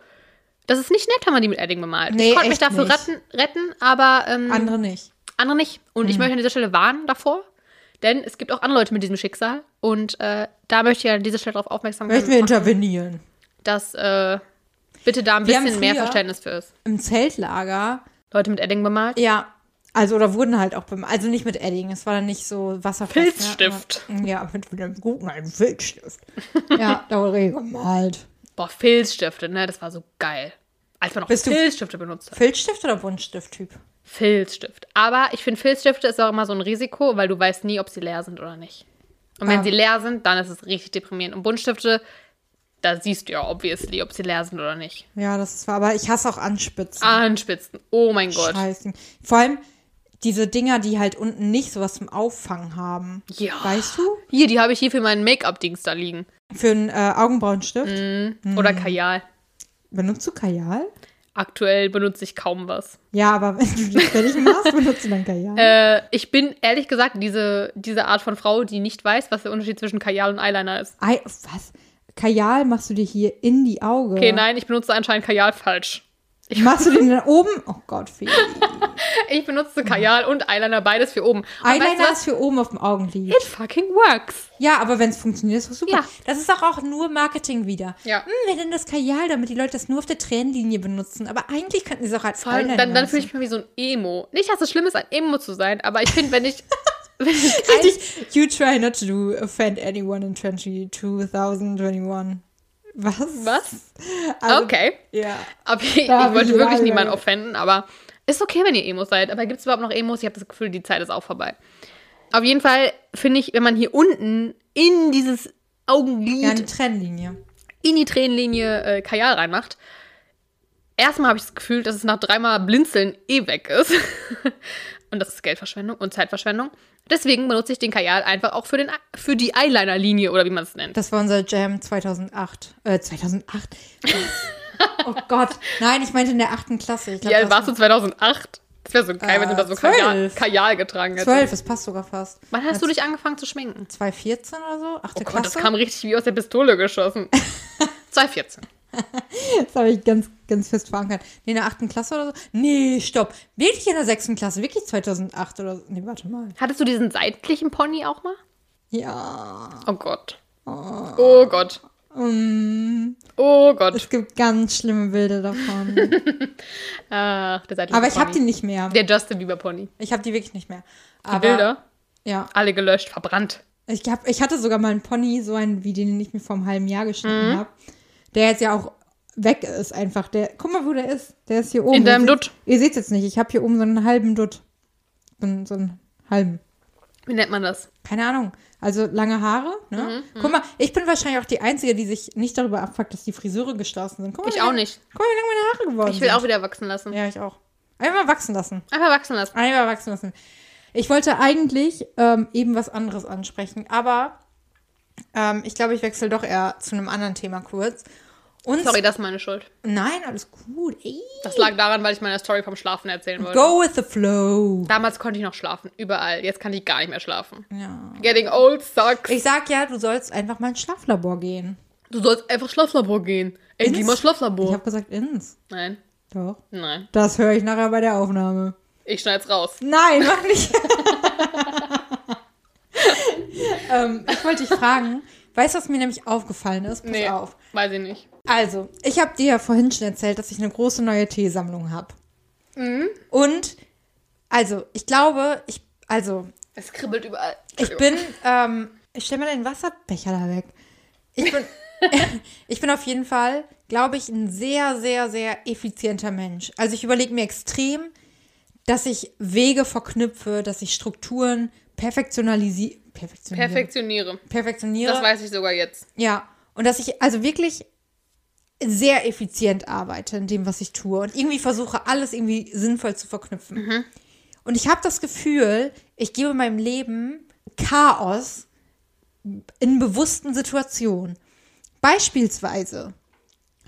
Speaker 2: Das ist nicht nett, wenn man die mit Edding bemalt.
Speaker 1: Nee,
Speaker 2: ich konnte mich
Speaker 1: echt
Speaker 2: dafür
Speaker 1: nicht.
Speaker 2: retten, retten, aber ähm,
Speaker 1: Andere nicht.
Speaker 2: andere nicht. Und
Speaker 1: Mhm.
Speaker 2: ich möchte an dieser Stelle warnen davor, denn es gibt auch andere Leute mit diesem Schicksal. Und äh, da möchte ich an dieser Stelle darauf aufmerksam
Speaker 1: Möchten wir
Speaker 2: machen,
Speaker 1: intervenieren?
Speaker 2: dass äh, bitte da ein
Speaker 1: Wir haben
Speaker 2: bisschen mehr
Speaker 1: früher-
Speaker 2: Verständnis für ist.
Speaker 1: Im Zeltlager,
Speaker 2: Leute mit Edding bemalt.
Speaker 1: ja. Also, oder wurden halt auch beim, also nicht mit Edding, es war dann nicht so wasserfest.
Speaker 2: Filzstift.
Speaker 1: Ne? Ja, mit einem guten alten Filzstift. ja, da wurde eh gemalt.
Speaker 2: Boah, Filzstifte, ne? Das war so geil. Als man noch
Speaker 1: Bist du-
Speaker 2: Filzstifte benutzt hat.
Speaker 1: Filzstift oder Buntstift-Typ?
Speaker 2: Filzstift. Aber ich finde, Filzstifte ist auch immer so ein Risiko, weil du weißt nie, ob sie leer sind oder nicht. Und wenn
Speaker 1: Ah.
Speaker 2: sie leer sind, dann ist es richtig deprimierend. Und Buntstifte, da siehst du ja obviously, ob sie leer sind oder nicht.
Speaker 1: Ja, das war, aber ich hasse auch Anspitzen.
Speaker 2: Anspitzen. Oh mein Ah, Gott.
Speaker 1: Scheiße. Vor allem diese Dinger, die halt unten nicht sowas zum Auffangen haben.
Speaker 2: Ja.
Speaker 1: Weißt du?
Speaker 2: Hier, die habe ich hier für meinen Make-up-Dings da liegen. Mhm.
Speaker 1: Für einen äh, Augenbrauenstift.
Speaker 2: Oder Kajal.
Speaker 1: Benutzt du Kajal?
Speaker 2: Aktuell benutze ich kaum was.
Speaker 1: Ja, aber wenn du das fertig machst, benutzt du dann Kajal.
Speaker 2: Äh, ich bin ehrlich gesagt diese, diese Art von Frau, die nicht weiß, was der Unterschied zwischen Kajal und Eyeliner ist.
Speaker 1: Ei, was? Kajal machst du dir hier in die Auge.
Speaker 2: Okay, nein, ich benutze anscheinend Kajal falsch.
Speaker 1: Machst du den dann oben? Oh Gott, Fee.
Speaker 2: Ich benutze Kajal und Eyeliner beides für oben. Und weißt du
Speaker 1: Eyeliner
Speaker 2: was?
Speaker 1: ist für oben auf dem Augenlid.
Speaker 2: It fucking works.
Speaker 1: Ja, aber wenn es funktioniert, ist es super.
Speaker 2: Ja.
Speaker 1: Das ist doch auch nur Marketing wieder.
Speaker 2: Ja.
Speaker 1: Hm, wir nennen das Kajal, damit die Leleute das nur auf der Tränenlinie benutzen. Aber eigentlich könnten sie es auch als
Speaker 2: Vor allem,
Speaker 1: Eyeliner
Speaker 2: dann, dann
Speaker 1: benutzen.
Speaker 2: fühle ich mich wie so ein Emo. Nicht, dass es schlimm ist, ein Emo zu sein, aber ich finde, wenn ich. wenn ich
Speaker 1: Richtig, you try not to offend anyone in 20 2021. Was?
Speaker 2: Was?
Speaker 1: Also,
Speaker 2: okay.
Speaker 1: Ja.
Speaker 2: Aber ich,
Speaker 1: Da hab
Speaker 2: wollte
Speaker 1: ich
Speaker 2: wirklich
Speaker 1: leider-
Speaker 2: niemanden offenden, aber ist okay, wenn ihr Emos seid. Aber gibt es überhaupt noch Emos? Ich habe das Gefühl, die Zeit ist auch vorbei. Auf jeden Fall finde ich, wenn man hier unten in dieses Augenlid,
Speaker 1: Ja, eine Trennlinie.
Speaker 2: in die Tränenlinie äh, Kajal reinmacht, erstmal habe ich das Gefühl, dass es nach dreimal Blinzeln eh weg ist. und das ist Geldverschwendung und Zeitverschwendung. Deswegen benutze ich den Kajal einfach auch für, den, für die Eyeliner-Linie oder wie man es nennt.
Speaker 1: Das war unser Jam 2008. Äh, 2008? Was? oh Gott. Nein, ich meinte in der achten Klasse. Ich glaub,
Speaker 2: Wie alt
Speaker 1: das
Speaker 2: warst du 2008? Das wäre so geil, wenn du
Speaker 1: Äh,
Speaker 2: da so Kajal,
Speaker 1: zwölf.
Speaker 2: Kajal getragen hättest.
Speaker 1: Zwölf, das passt sogar fast.
Speaker 2: Wann hast du dich angefangen zu schminken?
Speaker 1: 2014 oder so? Achte
Speaker 2: Oh Gott, das
Speaker 1: Klasse?
Speaker 2: kam richtig wie aus der Pistole geschossen. 2014.
Speaker 1: Das habe ich ganz, ganz fest verankert. Nee, in der achten Klasse oder so? Nee, stopp. Wirklich in der sechsten Klasse? Wirklich 2008 oder so? Nee, warte mal.
Speaker 2: Hattest du diesen seitlichen Pony auch mal?
Speaker 1: Ja.
Speaker 2: Oh Gott. Oh Gott. Oh Gott.
Speaker 1: ähm, Es gibt ganz schlimme Bilder davon.
Speaker 2: Ach, der seitliche
Speaker 1: Aber ich
Speaker 2: Pony.
Speaker 1: habe die nicht mehr.
Speaker 2: Der Justin Bieber Pony.
Speaker 1: Ich habe die wirklich nicht mehr.
Speaker 2: Die
Speaker 1: Aber,
Speaker 2: Bilder,
Speaker 1: Ja.
Speaker 2: alle gelöscht, verbrannt.
Speaker 1: Ich, hab, ich hatte sogar mal einen Pony, so einen, wie den ich mir vor einem halben Jahr geschnitten
Speaker 2: Mhm.
Speaker 1: habe. Der jetzt ja auch weg ist einfach. Der, guck mal, wo der ist. Der ist hier oben.
Speaker 2: In deinem
Speaker 1: Ihr seht-
Speaker 2: Dutt.
Speaker 1: Ihr seht jetzt nicht. Ich habe hier oben so einen halben Dutt. So einen, so einen halben.
Speaker 2: Wie nennt man das?
Speaker 1: Keine Ahnung. Also lange Haare.
Speaker 2: Mhm,
Speaker 1: Ne? Guck mal, ich bin wahrscheinlich auch die Einzige, die sich nicht darüber abfuckt, dass die Friseure gestoßen sind. Guck mal,
Speaker 2: Ich
Speaker 1: wie
Speaker 2: auch
Speaker 1: lang-
Speaker 2: nicht.
Speaker 1: Guck mal, wie lang meine Haare geworden
Speaker 2: Ich will
Speaker 1: sind.
Speaker 2: auch wieder wachsen lassen.
Speaker 1: Ja, ich auch. Einmal wachsen lassen.
Speaker 2: Einfach wachsen lassen.
Speaker 1: Einmal wachsen lassen. Ich wollte eigentlich ähm, eben was anderes ansprechen, aber ähm, ich glaube, ich wechsle doch eher zu einem anderen Thema kurz. Und
Speaker 2: Sorry, das ist meine Schuld.
Speaker 1: nein, alles gut. Ey.
Speaker 2: Das lag daran, weil ich meine Story vom Schlafen erzählen wollte.
Speaker 1: Go with the flow.
Speaker 2: Damals konnte ich noch schlafen, überall. Jetzt kann ich gar nicht mehr schlafen.
Speaker 1: Ja.
Speaker 2: Getting old sucks.
Speaker 1: Ich sag ja, du sollst einfach mal ins Schlaflabor gehen.
Speaker 2: Du sollst einfach Schlaflabor gehen. Ey,
Speaker 1: Ins-
Speaker 2: geh mal
Speaker 1: Ich
Speaker 2: Schlaflabor.
Speaker 1: habe gesagt ins.
Speaker 2: Nein,
Speaker 1: Doch.
Speaker 2: nein.
Speaker 1: Das höre ich nachher bei der Aufnahme.
Speaker 2: Ich schneid's raus.
Speaker 1: Nein, mach nicht. ähm, ich wollte dich fragen, weißt du, was mir nämlich aufgefallen ist? Pass
Speaker 2: Nee,
Speaker 1: auf.
Speaker 2: weiß ich nicht.
Speaker 1: Also, ich habe dir ja vorhin schon erzählt, dass ich eine große neue Teesammlung habe.
Speaker 2: Mhm.
Speaker 1: Und, also, ich glaube, ich, also,
Speaker 2: Es kribbelt überall.
Speaker 1: ich bin, ähm, ich stell mal den Wasserbecher da weg. Ich bin, ich bin auf jeden Fall, glaube ich, ein sehr, sehr, sehr effizienter Mensch. Also, ich überlege mir extrem, dass ich Wege verknüpfe, dass ich Strukturen perfektionalisi perfektioniere.
Speaker 2: Perfektioniere.
Speaker 1: perfektioniere.
Speaker 2: Das weiß ich sogar jetzt.
Speaker 1: Ja, und dass ich also wirklich sehr effizient arbeite in dem, was ich tue und irgendwie versuche, alles irgendwie sinnvoll zu verknüpfen. Und ich habe das Gefühl, ich gebe meinem Leben Chaos in bewussten Situationen. Beispielsweise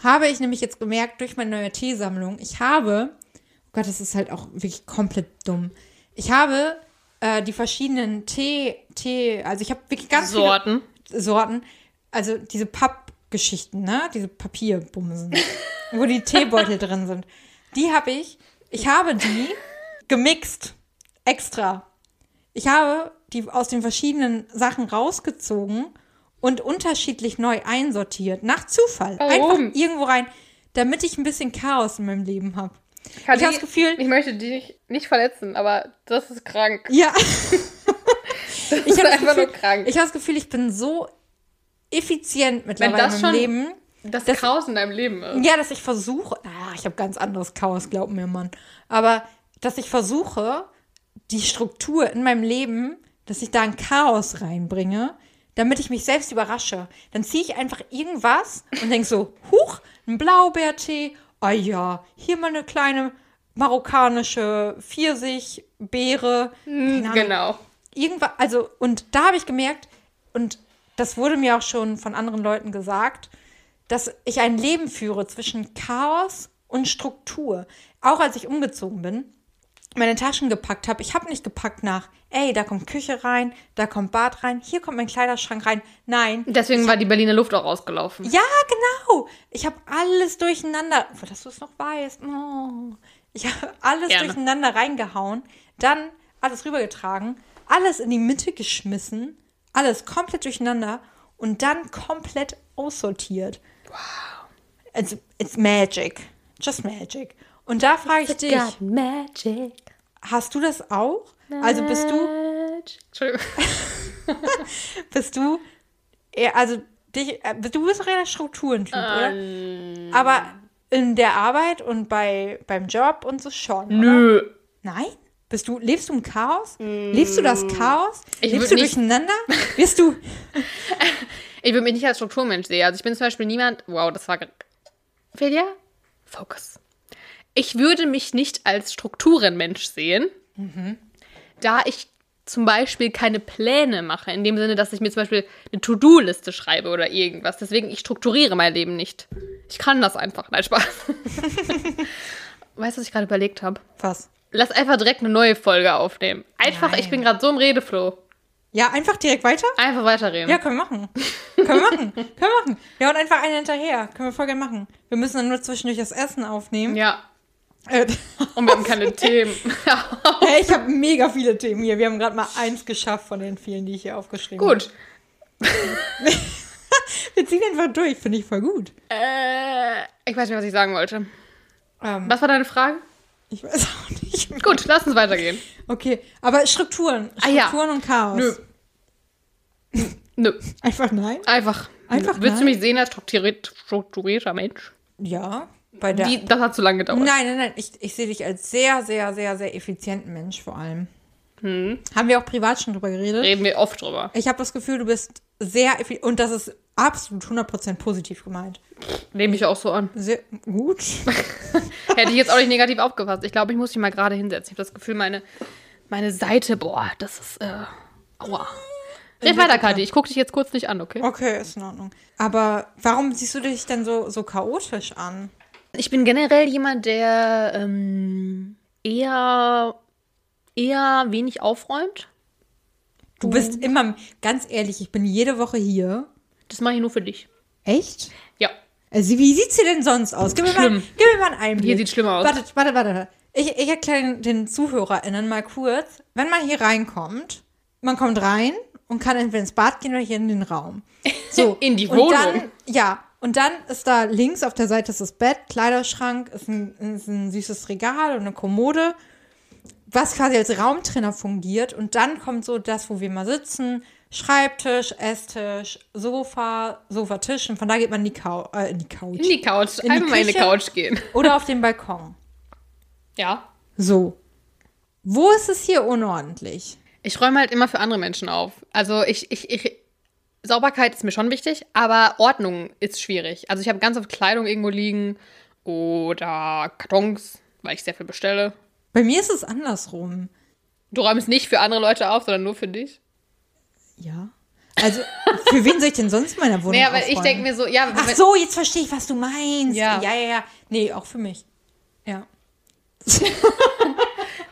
Speaker 1: habe ich nämlich jetzt gemerkt durch meine neue Teesammlung, ich habe, oh Gott, das ist halt auch wirklich komplett dumm, ich habe äh, die verschiedenen Tee, Tee, also ich habe wirklich ganz viele-
Speaker 2: Sorten.
Speaker 1: Sorten, also diese Pappgeschichten, ne? Diese Papierbumsen, wo die Teebeutel drin sind. Die habe ich, ich habe die gemixt, extra. Ich habe die aus den verschiedenen Sachen rausgezogen und unterschiedlich neu einsortiert, nach Zufall,
Speaker 2: Warum?
Speaker 1: einfach irgendwo rein, damit ich ein bisschen Chaos in meinem Leben habe. Ich habe
Speaker 2: Kadi,
Speaker 1: das Gefühl,
Speaker 2: Ich möchte dich nicht verletzen, aber das ist krank.
Speaker 1: ja. ich
Speaker 2: ist
Speaker 1: habe das,
Speaker 2: einfach nur
Speaker 1: Gefühl-
Speaker 2: krank.
Speaker 1: ich habe das Gefühl, ich bin so effizient mittlerweile
Speaker 2: das
Speaker 1: in
Speaker 2: schon-
Speaker 1: meinem Leben.
Speaker 2: Das, Chaos in deinem Leben ist.
Speaker 1: Ja, dass ich versuche, ah, ich habe ganz anderes Chaos, glaub mir, Mann. Aber dass ich versuche, die Struktur in meinem Leben, dass ich da ein Chaos reinbringe, damit ich mich selbst überrasche. Dann ziehe ich einfach irgendwas und denke so, huch, ein Blaubeertee, ah ja, hier mal eine kleine marokkanische Pfirsich, Beere, keine Ahnung,
Speaker 2: Genau.
Speaker 1: irgendwas, also, und da habe ich gemerkt, und das wurde mir auch schon von anderen Leuten gesagt, dass ich ein Leben führe zwischen Chaos und Struktur. Auch als ich umgezogen bin, meine Taschen gepackt habe, ich habe nicht gepackt nach, ey, da kommt Küche rein, da kommt Bad rein, hier kommt mein Kleiderschrank rein. Nein.
Speaker 2: Deswegen war die Berliner Luft auch rausgelaufen.
Speaker 1: Ja, genau. Ich habe alles durcheinander, obwohl, dass du es noch weißt. Oh. Ich habe alles
Speaker 2: Gerne.
Speaker 1: durcheinander reingehauen, dann alles rübergetragen, alles in die Mitte geschmissen, alles komplett durcheinander und dann komplett aussortiert. Wow. It's, it's magic. Just magic. Und da frage ich dich,
Speaker 2: Magic.
Speaker 1: hast du das auch? Also bist du
Speaker 2: Magic. Entschuldigung.
Speaker 1: bist du eher, also dich, äh, du bist doch eher der Strukturentyp,
Speaker 2: Ähm.
Speaker 1: oder? Aber in der Arbeit und bei, beim Job und so schon. Oder?
Speaker 2: Nö.
Speaker 1: Nein? Bist du, lebst du im Chaos? Lebst du das Chaos?
Speaker 2: Mm. Ich
Speaker 1: lebst
Speaker 2: würd
Speaker 1: du
Speaker 2: nicht-
Speaker 1: durcheinander? Wirst du.
Speaker 2: Ich würde mich nicht als Strukturmensch sehen. Also ich bin zum Beispiel niemand. Wow, das war. ge- Vilja? Focus. Ich würde mich nicht als Strukturenmensch sehen,
Speaker 1: Mhm.
Speaker 2: da ich zum Beispiel keine Pläne mache, in dem Sinne, dass ich mir zum Beispiel eine To-Do-Liste schreibe oder irgendwas. Deswegen, ich strukturiere mein Leben nicht. Ich kann das einfach. Nein, Spaß. weißt du, was ich gerade überlegt habe?
Speaker 1: Was?
Speaker 2: Lass einfach direkt eine neue Folge aufnehmen. Einfach, ich
Speaker 1: Nein.
Speaker 2: bin gerade so im Redeflow.
Speaker 1: Ja, einfach direkt weiter?
Speaker 2: Einfach weiterreden.
Speaker 1: Ja, können wir machen. Können wir machen. Können wir machen. Ja, und einfach einen hinterher. Können wir voll gerne machen. Wir müssen dann nur zwischendurch das Essen aufnehmen.
Speaker 2: ja.
Speaker 1: Äh,
Speaker 2: Und wir haben keine Themen.
Speaker 1: hey, ich habe mega viele Themen hier. Wir haben gerade mal eins geschafft von den vielen, die ich hier aufgeschrieben habe.
Speaker 2: Gut.
Speaker 1: Wir ziehen einfach durch, finde ich voll gut.
Speaker 2: Äh, ich weiß nicht, was ich sagen wollte.
Speaker 1: Ähm,
Speaker 2: Was war deine Frage?
Speaker 1: ich weiß auch nicht. mehr.
Speaker 2: Gut, lass uns weitergehen.
Speaker 1: Okay, aber Strukturen. Strukturen
Speaker 2: Ah, ja.
Speaker 1: und Chaos.
Speaker 2: Nö. Nö.
Speaker 1: Einfach nein?
Speaker 2: Einfach.
Speaker 1: Einfach
Speaker 2: Willst du
Speaker 1: nein?
Speaker 2: mich sehen als strukturiert, strukturierter Mensch?
Speaker 1: Ja, bei der.
Speaker 2: Die, das hat zu lange gedauert.
Speaker 1: nein, nein, nein. Ich, ich sehe dich als sehr, sehr, sehr, sehr effizienten Mensch vor allem.
Speaker 2: Hm.
Speaker 1: Haben wir auch privat schon drüber geredet?
Speaker 2: Reden wir oft drüber.
Speaker 1: Ich habe das Gefühl, du bist sehr effizient. Und das ist absolut 100% positiv gemeint.
Speaker 2: Nehme ich auch so an.
Speaker 1: Sehr gut.
Speaker 2: Hätte ich jetzt auch nicht negativ aufgepasst. Ich glaube, ich muss mich mal gerade hinsetzen. Ich habe das Gefühl, meine, meine Seite, boah, das ist, äh, aua. Red weiter, Kathi. Ich gucke dich jetzt kurz nicht an, okay?
Speaker 1: Okay, ist in Ordnung. Aber warum siehst du dich denn so, so chaotisch an?
Speaker 2: Ich bin generell jemand, der ähm, eher, eher wenig aufräumt.
Speaker 1: Du
Speaker 2: Hm.
Speaker 1: bist immer, ganz ehrlich, ich bin jede Woche hier.
Speaker 2: Das mache ich nur für dich.
Speaker 1: Echt?
Speaker 2: Ja.
Speaker 1: Also, wie sieht's hier denn sonst aus? Gib mir, mal,
Speaker 2: Schlimm.
Speaker 1: gib mir mal einen Einblick.
Speaker 2: Hier sieht's schlimmer aus.
Speaker 1: Warte, warte, warte. Ich, ich erkläre den, den ZuhörerInnen mal kurz. Wenn man hier reinkommt, man kommt rein und kann entweder ins Bad gehen oder hier in den Raum. So.
Speaker 2: In die
Speaker 1: Und
Speaker 2: Wohnung.
Speaker 1: dann, ja. Und dann ist da links auf der Seite ist das Bett, Kleiderschrank, ist ein, ist ein süßes Regal und eine Kommode, was quasi als Raumtrenner fungiert. Und dann kommt so das, wo wir mal sitzen, Schreibtisch, Esstisch, Sofa, Sofatisch. Und von da geht man in die, Kau äh, in die Couch.
Speaker 2: In die Couch.
Speaker 1: die
Speaker 2: Einfach mal in die
Speaker 1: Küche.
Speaker 2: Couch gehen.
Speaker 1: oder auf den Balkon.
Speaker 2: Ja.
Speaker 1: So. Wo ist es hier unordentlich?
Speaker 2: Ich räume halt immer für andere Menschen auf. Also ich, ich, ich, Sauberkeit ist mir schon wichtig, aber Ordnung ist schwierig. Also ich habe ganz oft Kleidung irgendwo liegen oder Kartons, weil ich sehr viel bestelle.
Speaker 1: Bei mir ist es andersrum.
Speaker 2: Du räumst nicht für andere Leute auf, sondern nur für dich.
Speaker 1: Ja. Also, für wen soll ich denn sonst in meiner Wohnung
Speaker 2: Naja,
Speaker 1: naja,
Speaker 2: aber ich denke mir so, ja,
Speaker 1: Ach
Speaker 2: wenn-
Speaker 1: so, jetzt verstehe ich, was du meinst.
Speaker 2: Ja.
Speaker 1: ja, ja. ja. Nee, auch für mich. Ja.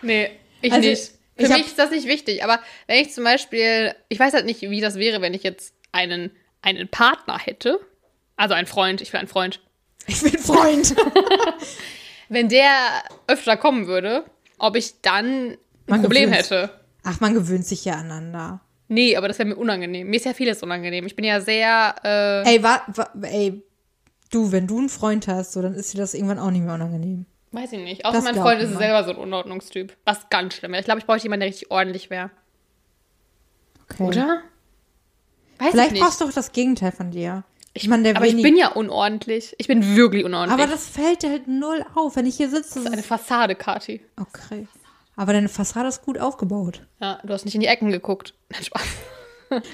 Speaker 2: Nee, ich
Speaker 1: Also,
Speaker 2: nicht. Für
Speaker 1: ich hab-
Speaker 2: mich ist das nicht wichtig. Aber wenn ich zum Beispiel, ich weiß halt nicht, wie das wäre, wenn ich jetzt einen, einen Partner hätte. Also einen Freund, ich will einen Freund.
Speaker 1: Ich bin Freund.
Speaker 2: Wenn der öfter kommen würde, ob ich dann ein
Speaker 1: Man
Speaker 2: Problem
Speaker 1: gewöhnt's.
Speaker 2: hätte.
Speaker 1: Ach, man gewöhnt sich ja aneinander.
Speaker 2: Nee, aber das wäre mir unangenehm. Mir ist ja vieles unangenehm. Ich bin ja sehr. Äh,
Speaker 1: Ey, wa, wa, ey, du, wenn du einen Freund hast, so, dann ist dir das irgendwann auch nicht mehr unangenehm.
Speaker 2: weiß ich nicht. Außer mein
Speaker 1: glaubt
Speaker 2: Freund ist
Speaker 1: man.
Speaker 2: selber so ein Unordnungstyp. Was ganz schlimm wäre. Ich glaube, ich bräuchte jemanden, der richtig ordentlich wäre.
Speaker 1: Okay.
Speaker 2: Oder? Weiß ich
Speaker 1: Hm. Vielleicht
Speaker 2: nicht.
Speaker 1: brauchst du auch das Gegenteil von dir. Ich meine, der
Speaker 2: aber ich
Speaker 1: wenig-
Speaker 2: bin ja unordentlich. Ich bin wirklich unordentlich.
Speaker 1: aber das fällt dir halt null auf, wenn ich hier sitze.
Speaker 2: Eine Fassade, Kati.
Speaker 1: Okay. Aber deine Fassade ist gut aufgebaut.
Speaker 2: Ja, du hast nicht in die Ecken geguckt. Nein, Spaß.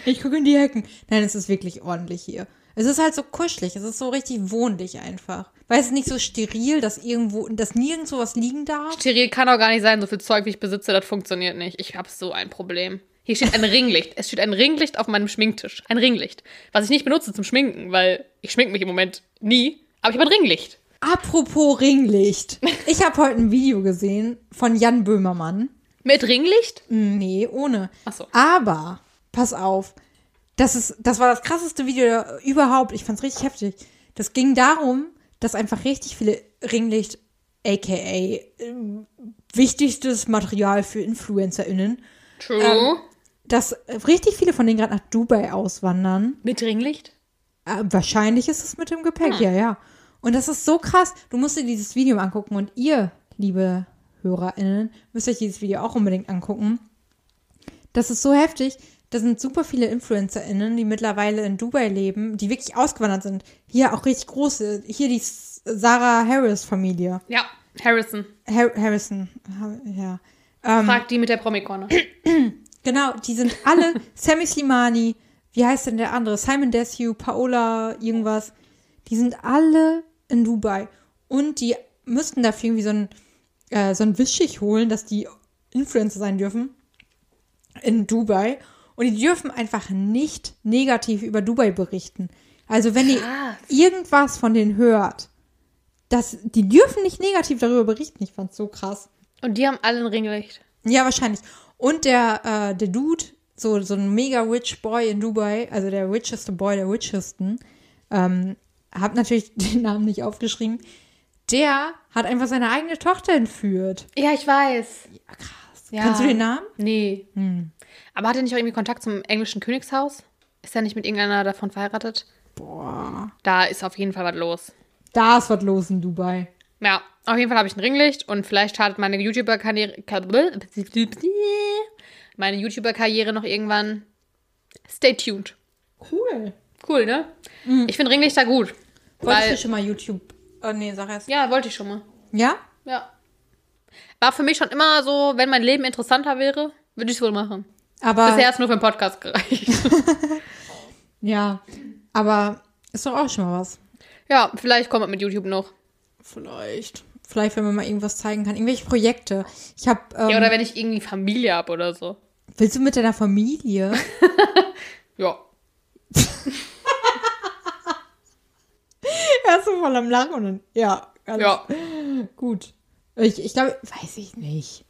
Speaker 1: Ich gucke in die Ecken. Nein, es ist wirklich ordentlich hier. Es ist halt so kuschelig, es ist so richtig wohnlich einfach. Weil es ist nicht so steril, dass irgendwo, dass nirgendwo was liegen darf.
Speaker 2: Steril kann auch gar nicht sein, so viel Zeug, wie ich besitze, das funktioniert nicht. Ich habe so ein Problem. Hier steht ein Ringlicht. Es steht ein Ringlicht auf meinem Schminktisch. Ein Ringlicht. Was ich nicht benutze zum Schminken, weil ich schminke mich im Moment nie. Aber ich habe ein Ringlicht.
Speaker 1: Apropos Ringlicht. Ich habe heute ein Video gesehen von Jan Böhmermann.
Speaker 2: Mit Ringlicht?
Speaker 1: Nee, ohne.
Speaker 2: Ach so.
Speaker 1: Aber, pass auf, das, ist, das war das krasseste Video überhaupt. Ich fand's richtig heftig. Das ging darum, dass einfach richtig viele Ringlicht, aka ähm, wichtigstes Material für InfluencerInnen,
Speaker 2: True.
Speaker 1: dass äh, richtig viele von denen gerade nach Dubai auswandern.
Speaker 2: Mit Ringlicht?
Speaker 1: Äh, wahrscheinlich ist es mit dem Gepäck, ja, ja. Und das ist so krass. Du musst dir dieses Video mal angucken und ihr, liebe HörerInnen, müsst euch dieses Video auch unbedingt angucken. Das ist so heftig. Da sind super viele InfluencerInnen, die mittlerweile in Dubai leben, die wirklich ausgewandert sind. Hier auch richtig große. Hier die S- Sarah Harris-Familie.
Speaker 2: Ja. Harrison.
Speaker 1: Har Harrison, ha- ja.
Speaker 2: Frag die mit der Promikorne.
Speaker 1: Genau, die sind alle Sammy Slimani, wie heißt denn der andere? Simon Desue, Paola, irgendwas. Die sind alle in Dubai. Und die müssten dafür irgendwie so ein, äh, so ein Wischig holen, dass die Influencer sein dürfen in Dubai. Und die dürfen einfach nicht negativ über Dubai berichten. Also wenn ihr
Speaker 2: Krass.
Speaker 1: irgendwas von denen hört, das, die dürfen nicht negativ darüber berichten. Ich fand's so krass.
Speaker 2: Und die haben alle ein Ringlicht.
Speaker 1: Ja, wahrscheinlich. Und der, äh, der Dude, so, so ein mega rich Boy in Dubai, also der richeste Boy der richesten, ähm, hab natürlich den Namen nicht aufgeschrieben, der hat einfach seine eigene Tochter entführt.
Speaker 2: Ja, ich weiß.
Speaker 1: Ja, krass.
Speaker 2: Ja.
Speaker 1: Kannst du den Namen? Hm.
Speaker 2: Nee. Aber hat er nicht auch irgendwie Kontakt zum englischen Königshaus? Ist er nicht mit irgendeiner davon verheiratet?
Speaker 1: Boah.
Speaker 2: Da ist auf jeden Fall was los.
Speaker 1: Da ist was los in Dubai.
Speaker 2: Ja, auf jeden Fall habe ich ein Ringlicht und vielleicht startet meine YouTuber-Karriere meine YouTuber-Karriere noch irgendwann. Stay tuned.
Speaker 1: Cool.
Speaker 2: Cool, ne?
Speaker 1: Hm.
Speaker 2: Ich finde Ringlichter gut.
Speaker 1: Wolltest
Speaker 2: Weil-
Speaker 1: du schon mal YouTube? Oh, nee, sag erst.
Speaker 2: Ja, wollte ich schon mal.
Speaker 1: Ja?
Speaker 2: Ja. War für mich schon immer so, wenn mein Leben interessanter wäre, würde ich es wohl machen.
Speaker 1: Aber,
Speaker 2: Bisher ist nur für den Podcast gereicht.
Speaker 1: ja. Aber ist doch auch schon mal was.
Speaker 2: ja, vielleicht kommt man mit YouTube noch.
Speaker 1: Vielleicht. Vielleicht, wenn man mal irgendwas zeigen kann. Irgendwelche Projekte. Ich hab, ähm,
Speaker 2: Ja, oder wenn ich irgendwie Familie habe oder so.
Speaker 1: Willst du mit deiner Familie?
Speaker 2: Ja.
Speaker 1: er ist so voll am Lachen und dann, ja, ganz
Speaker 2: Ja.
Speaker 1: gut. Ich, ich glaube, weiß ich nicht.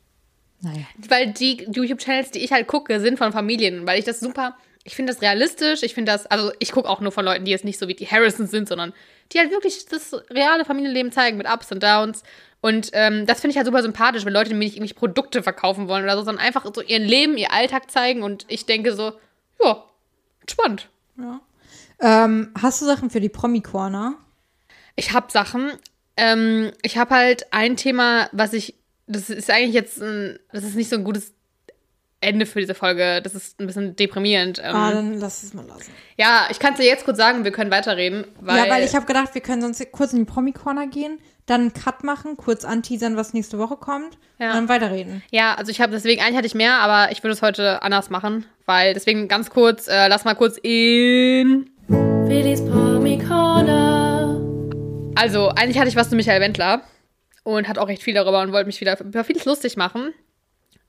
Speaker 1: Naja.
Speaker 2: Weil die YouTube-Channels, die ich halt gucke, sind von Familien, weil ich das super. Ich finde das realistisch. Ich finde das, also ich gucke auch nur von Leuten, die jetzt nicht so wie die Harrisons sind, sondern die halt wirklich das reale Familienleben zeigen mit Ups und Downs. Und ähm, das finde ich halt super sympathisch, wenn Leute mir nicht irgendwelche Produkte verkaufen wollen oder so, sondern einfach so ihren Leben, ihr Alltag zeigen. Und ich denke so, ja, spannend.
Speaker 1: Ähm, hast du Sachen für die Promi-Corner?
Speaker 2: Ich habe Sachen. Ähm, ich habe halt ein Thema, was ich. Das ist eigentlich jetzt ein. Das ist nicht so ein gutes Ende für diese Folge. Das ist ein bisschen deprimierend. Ähm,
Speaker 1: Ah, dann lass es mal lassen.
Speaker 2: ja, ich kann es dir jetzt kurz sagen, wir können weiterreden. Weil,
Speaker 1: ja, weil ich habe gedacht, wir können sonst kurz in die Promi-Corner gehen, dann einen Cut machen, kurz anteasern, was nächste Woche kommt
Speaker 2: Ja.
Speaker 1: und dann weiterreden.
Speaker 2: Ja, also ich habe deswegen, eigentlich hatte ich mehr, aber ich würde es heute anders machen. Weil deswegen ganz kurz, äh, lass mal kurz in.
Speaker 3: Felix Promi Corner.
Speaker 2: Also, eigentlich hatte ich was zu Michael Wendler und hat auch recht viel darüber und wollte mich wieder über vieles lustig machen.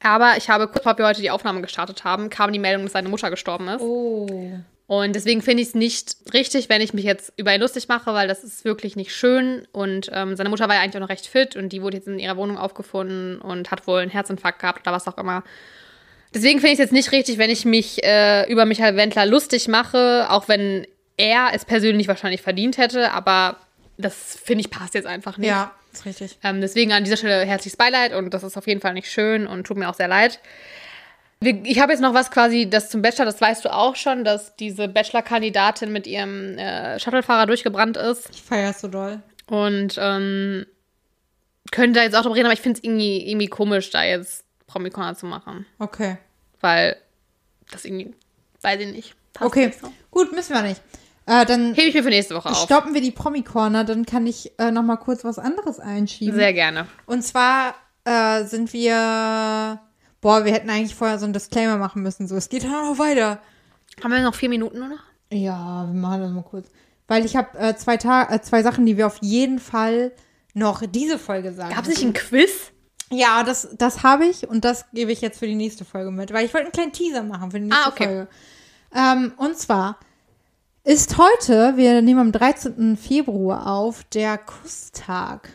Speaker 2: Aber ich habe kurz bevor wir heute die Aufnahme gestartet haben, kam die Meldung, dass seine Mutter gestorben ist.
Speaker 1: Oh.
Speaker 2: Und deswegen finde ich es nicht richtig, wenn ich mich jetzt über ihn lustig mache, weil das ist wirklich nicht schön. Und ähm, seine Mutter war ja eigentlich auch noch recht fit und die wurde jetzt in ihrer Wohnung aufgefunden und hat wohl einen Herzinfarkt gehabt oder was auch immer. Deswegen finde ich es jetzt nicht richtig, wenn ich mich äh, über Michael Wendler lustig mache, auch wenn er es persönlich wahrscheinlich verdient hätte, aber das finde ich passt jetzt einfach nicht.
Speaker 1: Ja, ist richtig.
Speaker 2: Ähm, deswegen an dieser Stelle herzliches Beileid und das ist auf jeden Fall nicht schön und tut mir auch sehr leid. Wir- Ich habe jetzt noch was quasi, das zum Bachelor, das weißt du auch schon, dass diese Bachelor-Kandidatin mit ihrem äh, Shuttlefahrer durchgebrannt ist
Speaker 1: Ich feier's so doll.
Speaker 2: und ähm, können da jetzt auch drüber reden, aber ich finde es irgendwie, irgendwie komisch, da jetzt Promi-Corner zu machen,
Speaker 1: Okay.
Speaker 2: weil das irgendwie, weiß ich nicht. passt
Speaker 1: Okay.
Speaker 2: nicht so.
Speaker 1: Gut, müssen wir nicht. Äh, dann
Speaker 2: Hebe ich mir für nächste Woche auf.
Speaker 1: stoppen wir die Promi-Corner, dann kann ich äh, noch mal kurz was anderes einschieben.
Speaker 2: Sehr gerne.
Speaker 1: Und zwar äh, sind wir. Boah, wir hätten eigentlich vorher so einen Disclaimer machen müssen. So, es geht dann noch weiter.
Speaker 2: Haben wir noch vier Minuten nur noch?
Speaker 1: Ja, wir machen das mal kurz. Weil ich habe äh, zwei, Ta äh, zwei Sachen, die wir auf jeden Fall noch diese Folge sagen.
Speaker 2: Gab es nicht ein Quiz?
Speaker 1: Ja, das, das habe ich und das gebe ich jetzt für die nächste Folge mit, weil ich wollte einen kleinen Teaser machen für die nächste
Speaker 2: Ah, okay.
Speaker 1: Folge. Ähm, und zwar ist heute, wir nehmen am 13. Februar auf, der Kusstag.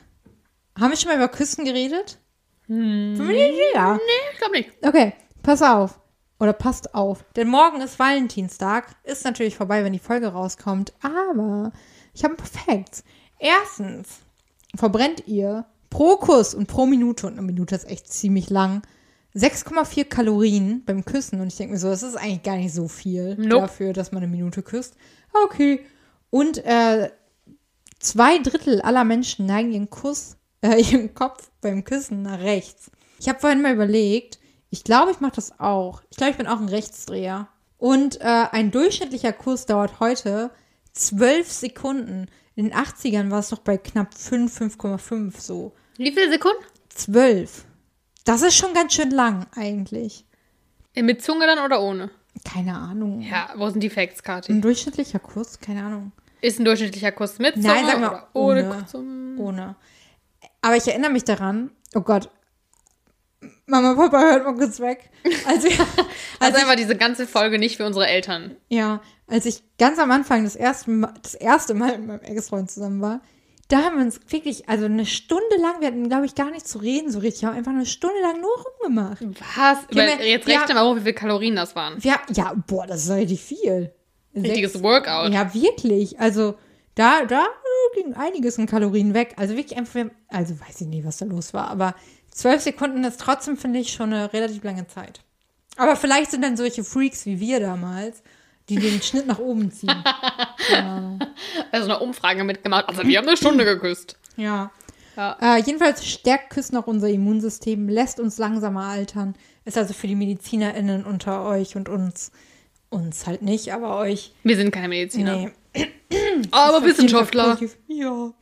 Speaker 1: Haben wir schon mal über Küssen geredet? Hm. Ja.
Speaker 2: Nee, ich glaube nicht.
Speaker 1: Okay, pass auf. Oder passt auf. Denn morgen ist Valentinstag. Ist natürlich vorbei, wenn die Folge rauskommt. Aber ich habe ein paar Facts. Erstens verbrennt ihr pro Kuss und pro Minute, und eine Minute ist echt ziemlich lang, 6,4 Kalorien beim Küssen. Und ich denke mir so, das ist eigentlich gar nicht so viel
Speaker 2: Nope.
Speaker 1: dafür, dass man eine Minute küsst. Okay. Und äh, Zwei Drittel aller Menschen neigen ihren Kuss, äh, ihren Kopf beim Küssen nach rechts. Ich habe vorhin mal überlegt, ich glaube, ich mache das auch. Ich glaube, ich bin auch ein Rechtsdreher. Und äh, ein durchschnittlicher Kuss dauert heute zwölf Sekunden. In den 80ern war es noch bei knapp 5, 5,5 so.
Speaker 2: Wie viele Sekunden?
Speaker 1: Zwölf. Das ist schon ganz schön lang eigentlich.
Speaker 2: Mit Zunge dann oder ohne?
Speaker 1: Keine Ahnung.
Speaker 2: Ja, wo sind die Facts, Kathi?
Speaker 1: Ein durchschnittlicher Kuss, keine Ahnung.
Speaker 2: Ist ein durchschnittlicher Kuss mit Zunge
Speaker 1: Nein, sag mal,
Speaker 2: oder ohne,
Speaker 1: ohne.
Speaker 2: Zunge?
Speaker 1: Ohne. Aber ich erinnere mich daran, oh Gott, Mama, Papa, hört mal kurz weg. Als wir, als
Speaker 2: Also
Speaker 1: ich,
Speaker 2: einfach diese ganze Folge nicht für unsere Eltern.
Speaker 1: ja, als ich ganz am Anfang das erste Mal, das erste Mal mit meinem Ex-Freund zusammen war, da haben wir uns wirklich, also eine Stunde lang, wir hatten, glaube ich, gar nicht zu reden so richtig, haben einfach eine Stunde lang nur rumgemacht.
Speaker 2: Was?
Speaker 1: Wir haben
Speaker 2: Über,
Speaker 1: ja-
Speaker 2: jetzt
Speaker 1: wir
Speaker 2: rechne mal hoch, wie viele Kalorien das waren.
Speaker 1: Wir, ja, boah, das ist richtig viel.
Speaker 2: Richtiges
Speaker 1: Sechs-
Speaker 2: Workout.
Speaker 1: Ja, wirklich. Also da, da äh, ging einiges an Kalorien weg. Also wirklich einfach, also weiß ich nicht, was da los war, aber zwölf Sekunden ist trotzdem, finde ich, schon eine relativ lange Zeit. Aber vielleicht sind dann solche Freaks wie wir damals, die den Schnitt nach oben ziehen.
Speaker 2: Also eine Umfrage mitgemacht. Also wir haben eine Stunde geküsst.
Speaker 1: Ja.
Speaker 2: Ja.
Speaker 1: Äh, jedenfalls stärkt Küssen auch unser Immunsystem, lässt uns langsamer altern. Ist also für die MedizinerInnen unter euch und uns, uns halt nicht, aber euch.
Speaker 2: Wir sind keine Mediziner.
Speaker 1: Nee,
Speaker 2: Aber
Speaker 1: Auf jeden Fall
Speaker 2: Wissenschaftler.
Speaker 1: halt positiv. Ja.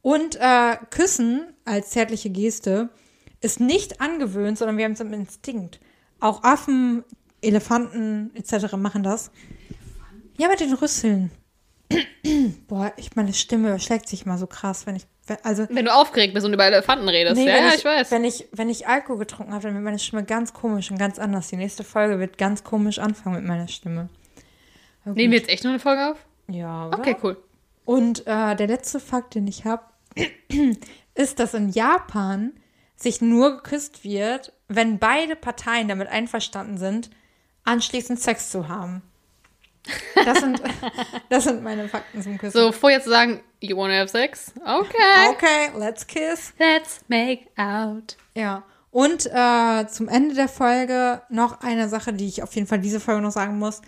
Speaker 1: Und äh, Küssen als zärtliche Geste ist nicht angewöhnt, sondern wir haben es im Instinkt. Auch Affen, Elefanten etc. machen das. Ja, mit den Rüsseln. Boah, ich meine Stimme schlägt sich mal so krass, wenn ich wenn- also
Speaker 2: Wenn du aufgeregt bist und über Elefanten redest.
Speaker 1: nee,
Speaker 2: ja,
Speaker 1: wenn
Speaker 2: ja,
Speaker 1: ich,
Speaker 2: ich weiß.
Speaker 1: Wenn ich wenn ich Alkohol getrunken habe, dann wird meine Stimme ganz komisch und ganz anders. Die nächste Folge wird ganz komisch anfangen mit meiner Stimme. Aber
Speaker 2: Nehmen wir
Speaker 1: gut.
Speaker 2: jetzt echt nur eine Folge auf?
Speaker 1: Ja, oder?
Speaker 2: Okay, cool.
Speaker 1: Und äh, der letzte Fakt, den ich habe, ist, dass in Japan sich nur geküsst wird, wenn beide Parteien damit einverstanden sind, anschließend Sex zu haben. Das sind, das sind meine Fakten zum Küssen.
Speaker 2: So, vorher zu sagen, you wanna have sex? Okay.
Speaker 1: Okay, let's kiss.
Speaker 2: Let's make out.
Speaker 1: Ja. Und äh, zum Ende der Folge noch eine Sache, die ich auf jeden Fall diese Folge noch sagen muss.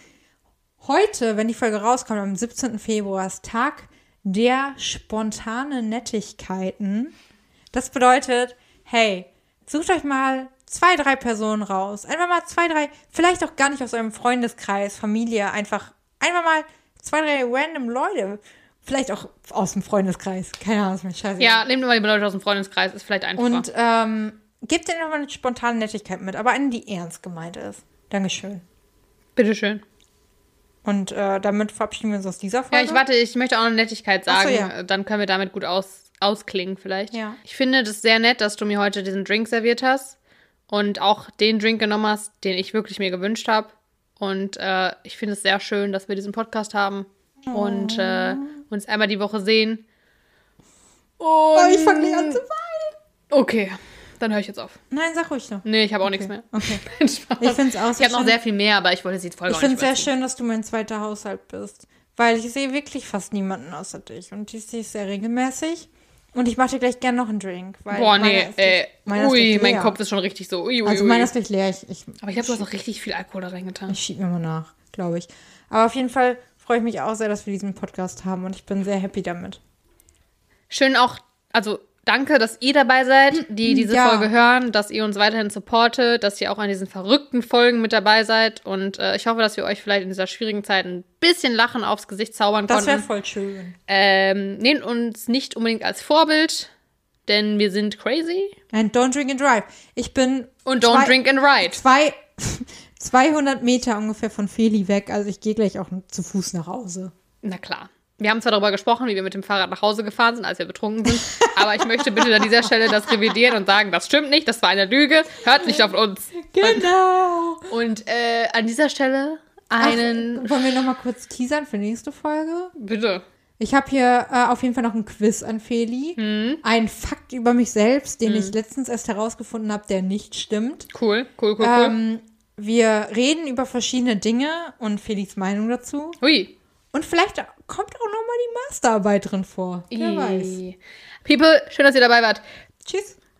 Speaker 1: Heute, wenn die Folge rauskommt, am 17. Februar ist Tag der spontanen Nettigkeiten. Das bedeutet, hey, sucht euch mal zwei, drei Personen raus. Einfach mal zwei, drei, vielleicht auch gar nicht aus eurem Freundeskreis, Familie, einfach, einfach mal zwei, drei random Leute. Vielleicht auch aus dem Freundeskreis. Keine Ahnung, ist mir scheiße.
Speaker 2: Ja, nehmt mal die Leute aus dem Freundeskreis, ist vielleicht einfacher.
Speaker 1: Und ähm, gebt denen nochmal eine spontane Nettigkeit mit, aber eine, die ernst gemeint ist. Dankeschön.
Speaker 2: Bitteschön.
Speaker 1: Und äh, damit verabschieden wir uns aus dieser
Speaker 2: Ja,
Speaker 1: Folge.
Speaker 2: ich warte, ich möchte auch eine Nettigkeit
Speaker 1: Ach
Speaker 2: sagen. Äh,
Speaker 1: so,
Speaker 2: Dann können wir damit gut aus, ausklingen vielleicht.
Speaker 1: Ja.
Speaker 2: Ich finde das sehr nett, dass du mir heute diesen Drink serviert hast und auch den Drink genommen hast, den ich wirklich mir gewünscht habe. Und äh, ich finde es sehr schön, dass wir diesen Podcast haben und äh, uns einmal die Woche sehen.
Speaker 1: Oh, ich fange nicht an zu weinen.
Speaker 2: Okay, dann höre ich jetzt auf.
Speaker 1: Nein, sag ruhig noch.
Speaker 2: Nee, ich habe auch nichts mehr.
Speaker 1: Okay.
Speaker 2: Nein, Spaß.
Speaker 1: Ich find's auch
Speaker 2: Ich
Speaker 1: so
Speaker 2: habe noch
Speaker 1: schön-
Speaker 2: sehr viel mehr, aber ich wollte sie jetzt voll
Speaker 1: Ich finde es sehr schön, dass du mein zweiter Haushalt bist. Weil ich sehe wirklich fast niemanden außer dich. Und ich sehe es sehr regelmäßig. Und ich mache dir gleich gern noch einen Drink. Weil
Speaker 2: Boah,
Speaker 1: meiner
Speaker 2: nee,
Speaker 1: ist
Speaker 2: ey.
Speaker 1: gleich- meiner ist
Speaker 2: Ui,
Speaker 1: gleich
Speaker 2: mein
Speaker 1: leer.
Speaker 2: Kopf ist schon richtig so. Ui, ui,
Speaker 1: Also
Speaker 2: ui.
Speaker 1: meiner ist gleich leer. Ich, ich,
Speaker 2: Aber ich habe du hast auch richtig viel Alkohol da reingetan.
Speaker 1: Ich schiebe mir mal nach, glaube ich. Aber auf jeden Fall freue ich mich auch sehr, dass wir diesen Podcast haben. Und ich bin sehr happy damit.
Speaker 2: Schön auch, also danke, dass ihr dabei seid, die diese
Speaker 1: Ja.
Speaker 2: Folge hören, dass ihr uns weiterhin supportet, dass ihr auch an diesen verrückten Folgen mit dabei seid. Und äh, ich hoffe, dass wir euch vielleicht in dieser schwierigen Zeit ein bisschen Lachen aufs Gesicht zaubern
Speaker 1: Das wäre
Speaker 2: konnten.
Speaker 1: voll schön.
Speaker 2: Ähm, nehmt uns nicht unbedingt als Vorbild, denn wir sind crazy.
Speaker 1: And don't drink and drive. Ich bin
Speaker 2: Und don't
Speaker 1: zwei-
Speaker 2: drink and ride.
Speaker 1: zwei, 200 Meter ungefähr von Feli weg. Also ich gehe gleich auch zu Fuß nach Hause.
Speaker 2: Na klar. Wir haben zwar darüber gesprochen, wie wir mit dem Fahrrad nach Hause gefahren sind, als wir betrunken sind, aber ich möchte bitte an dieser Stelle das revidieren und sagen, das stimmt nicht, das war eine Lüge, hört nicht auf uns.
Speaker 1: Genau.
Speaker 2: Und äh, an dieser Stelle einen.
Speaker 1: Ach, genau. wollen wir nochmal kurz teasern für nächste Folge?
Speaker 2: Bitte.
Speaker 1: Ich habe hier äh, auf jeden Fall noch ein Quiz an Feli.
Speaker 2: Hm.
Speaker 1: Ein Fakt über mich selbst, den ich letztens erst herausgefunden habe, der nicht stimmt.
Speaker 2: Cool, cool, cool, cool.
Speaker 1: Ähm, wir reden über verschiedene Dinge und Felis Meinung dazu.
Speaker 2: Hui.
Speaker 1: Und vielleicht kommt auch nochmal die Masterarbeit drin vor. Wer weiß.
Speaker 2: People, schön, dass ihr dabei wart.
Speaker 1: Tschüss.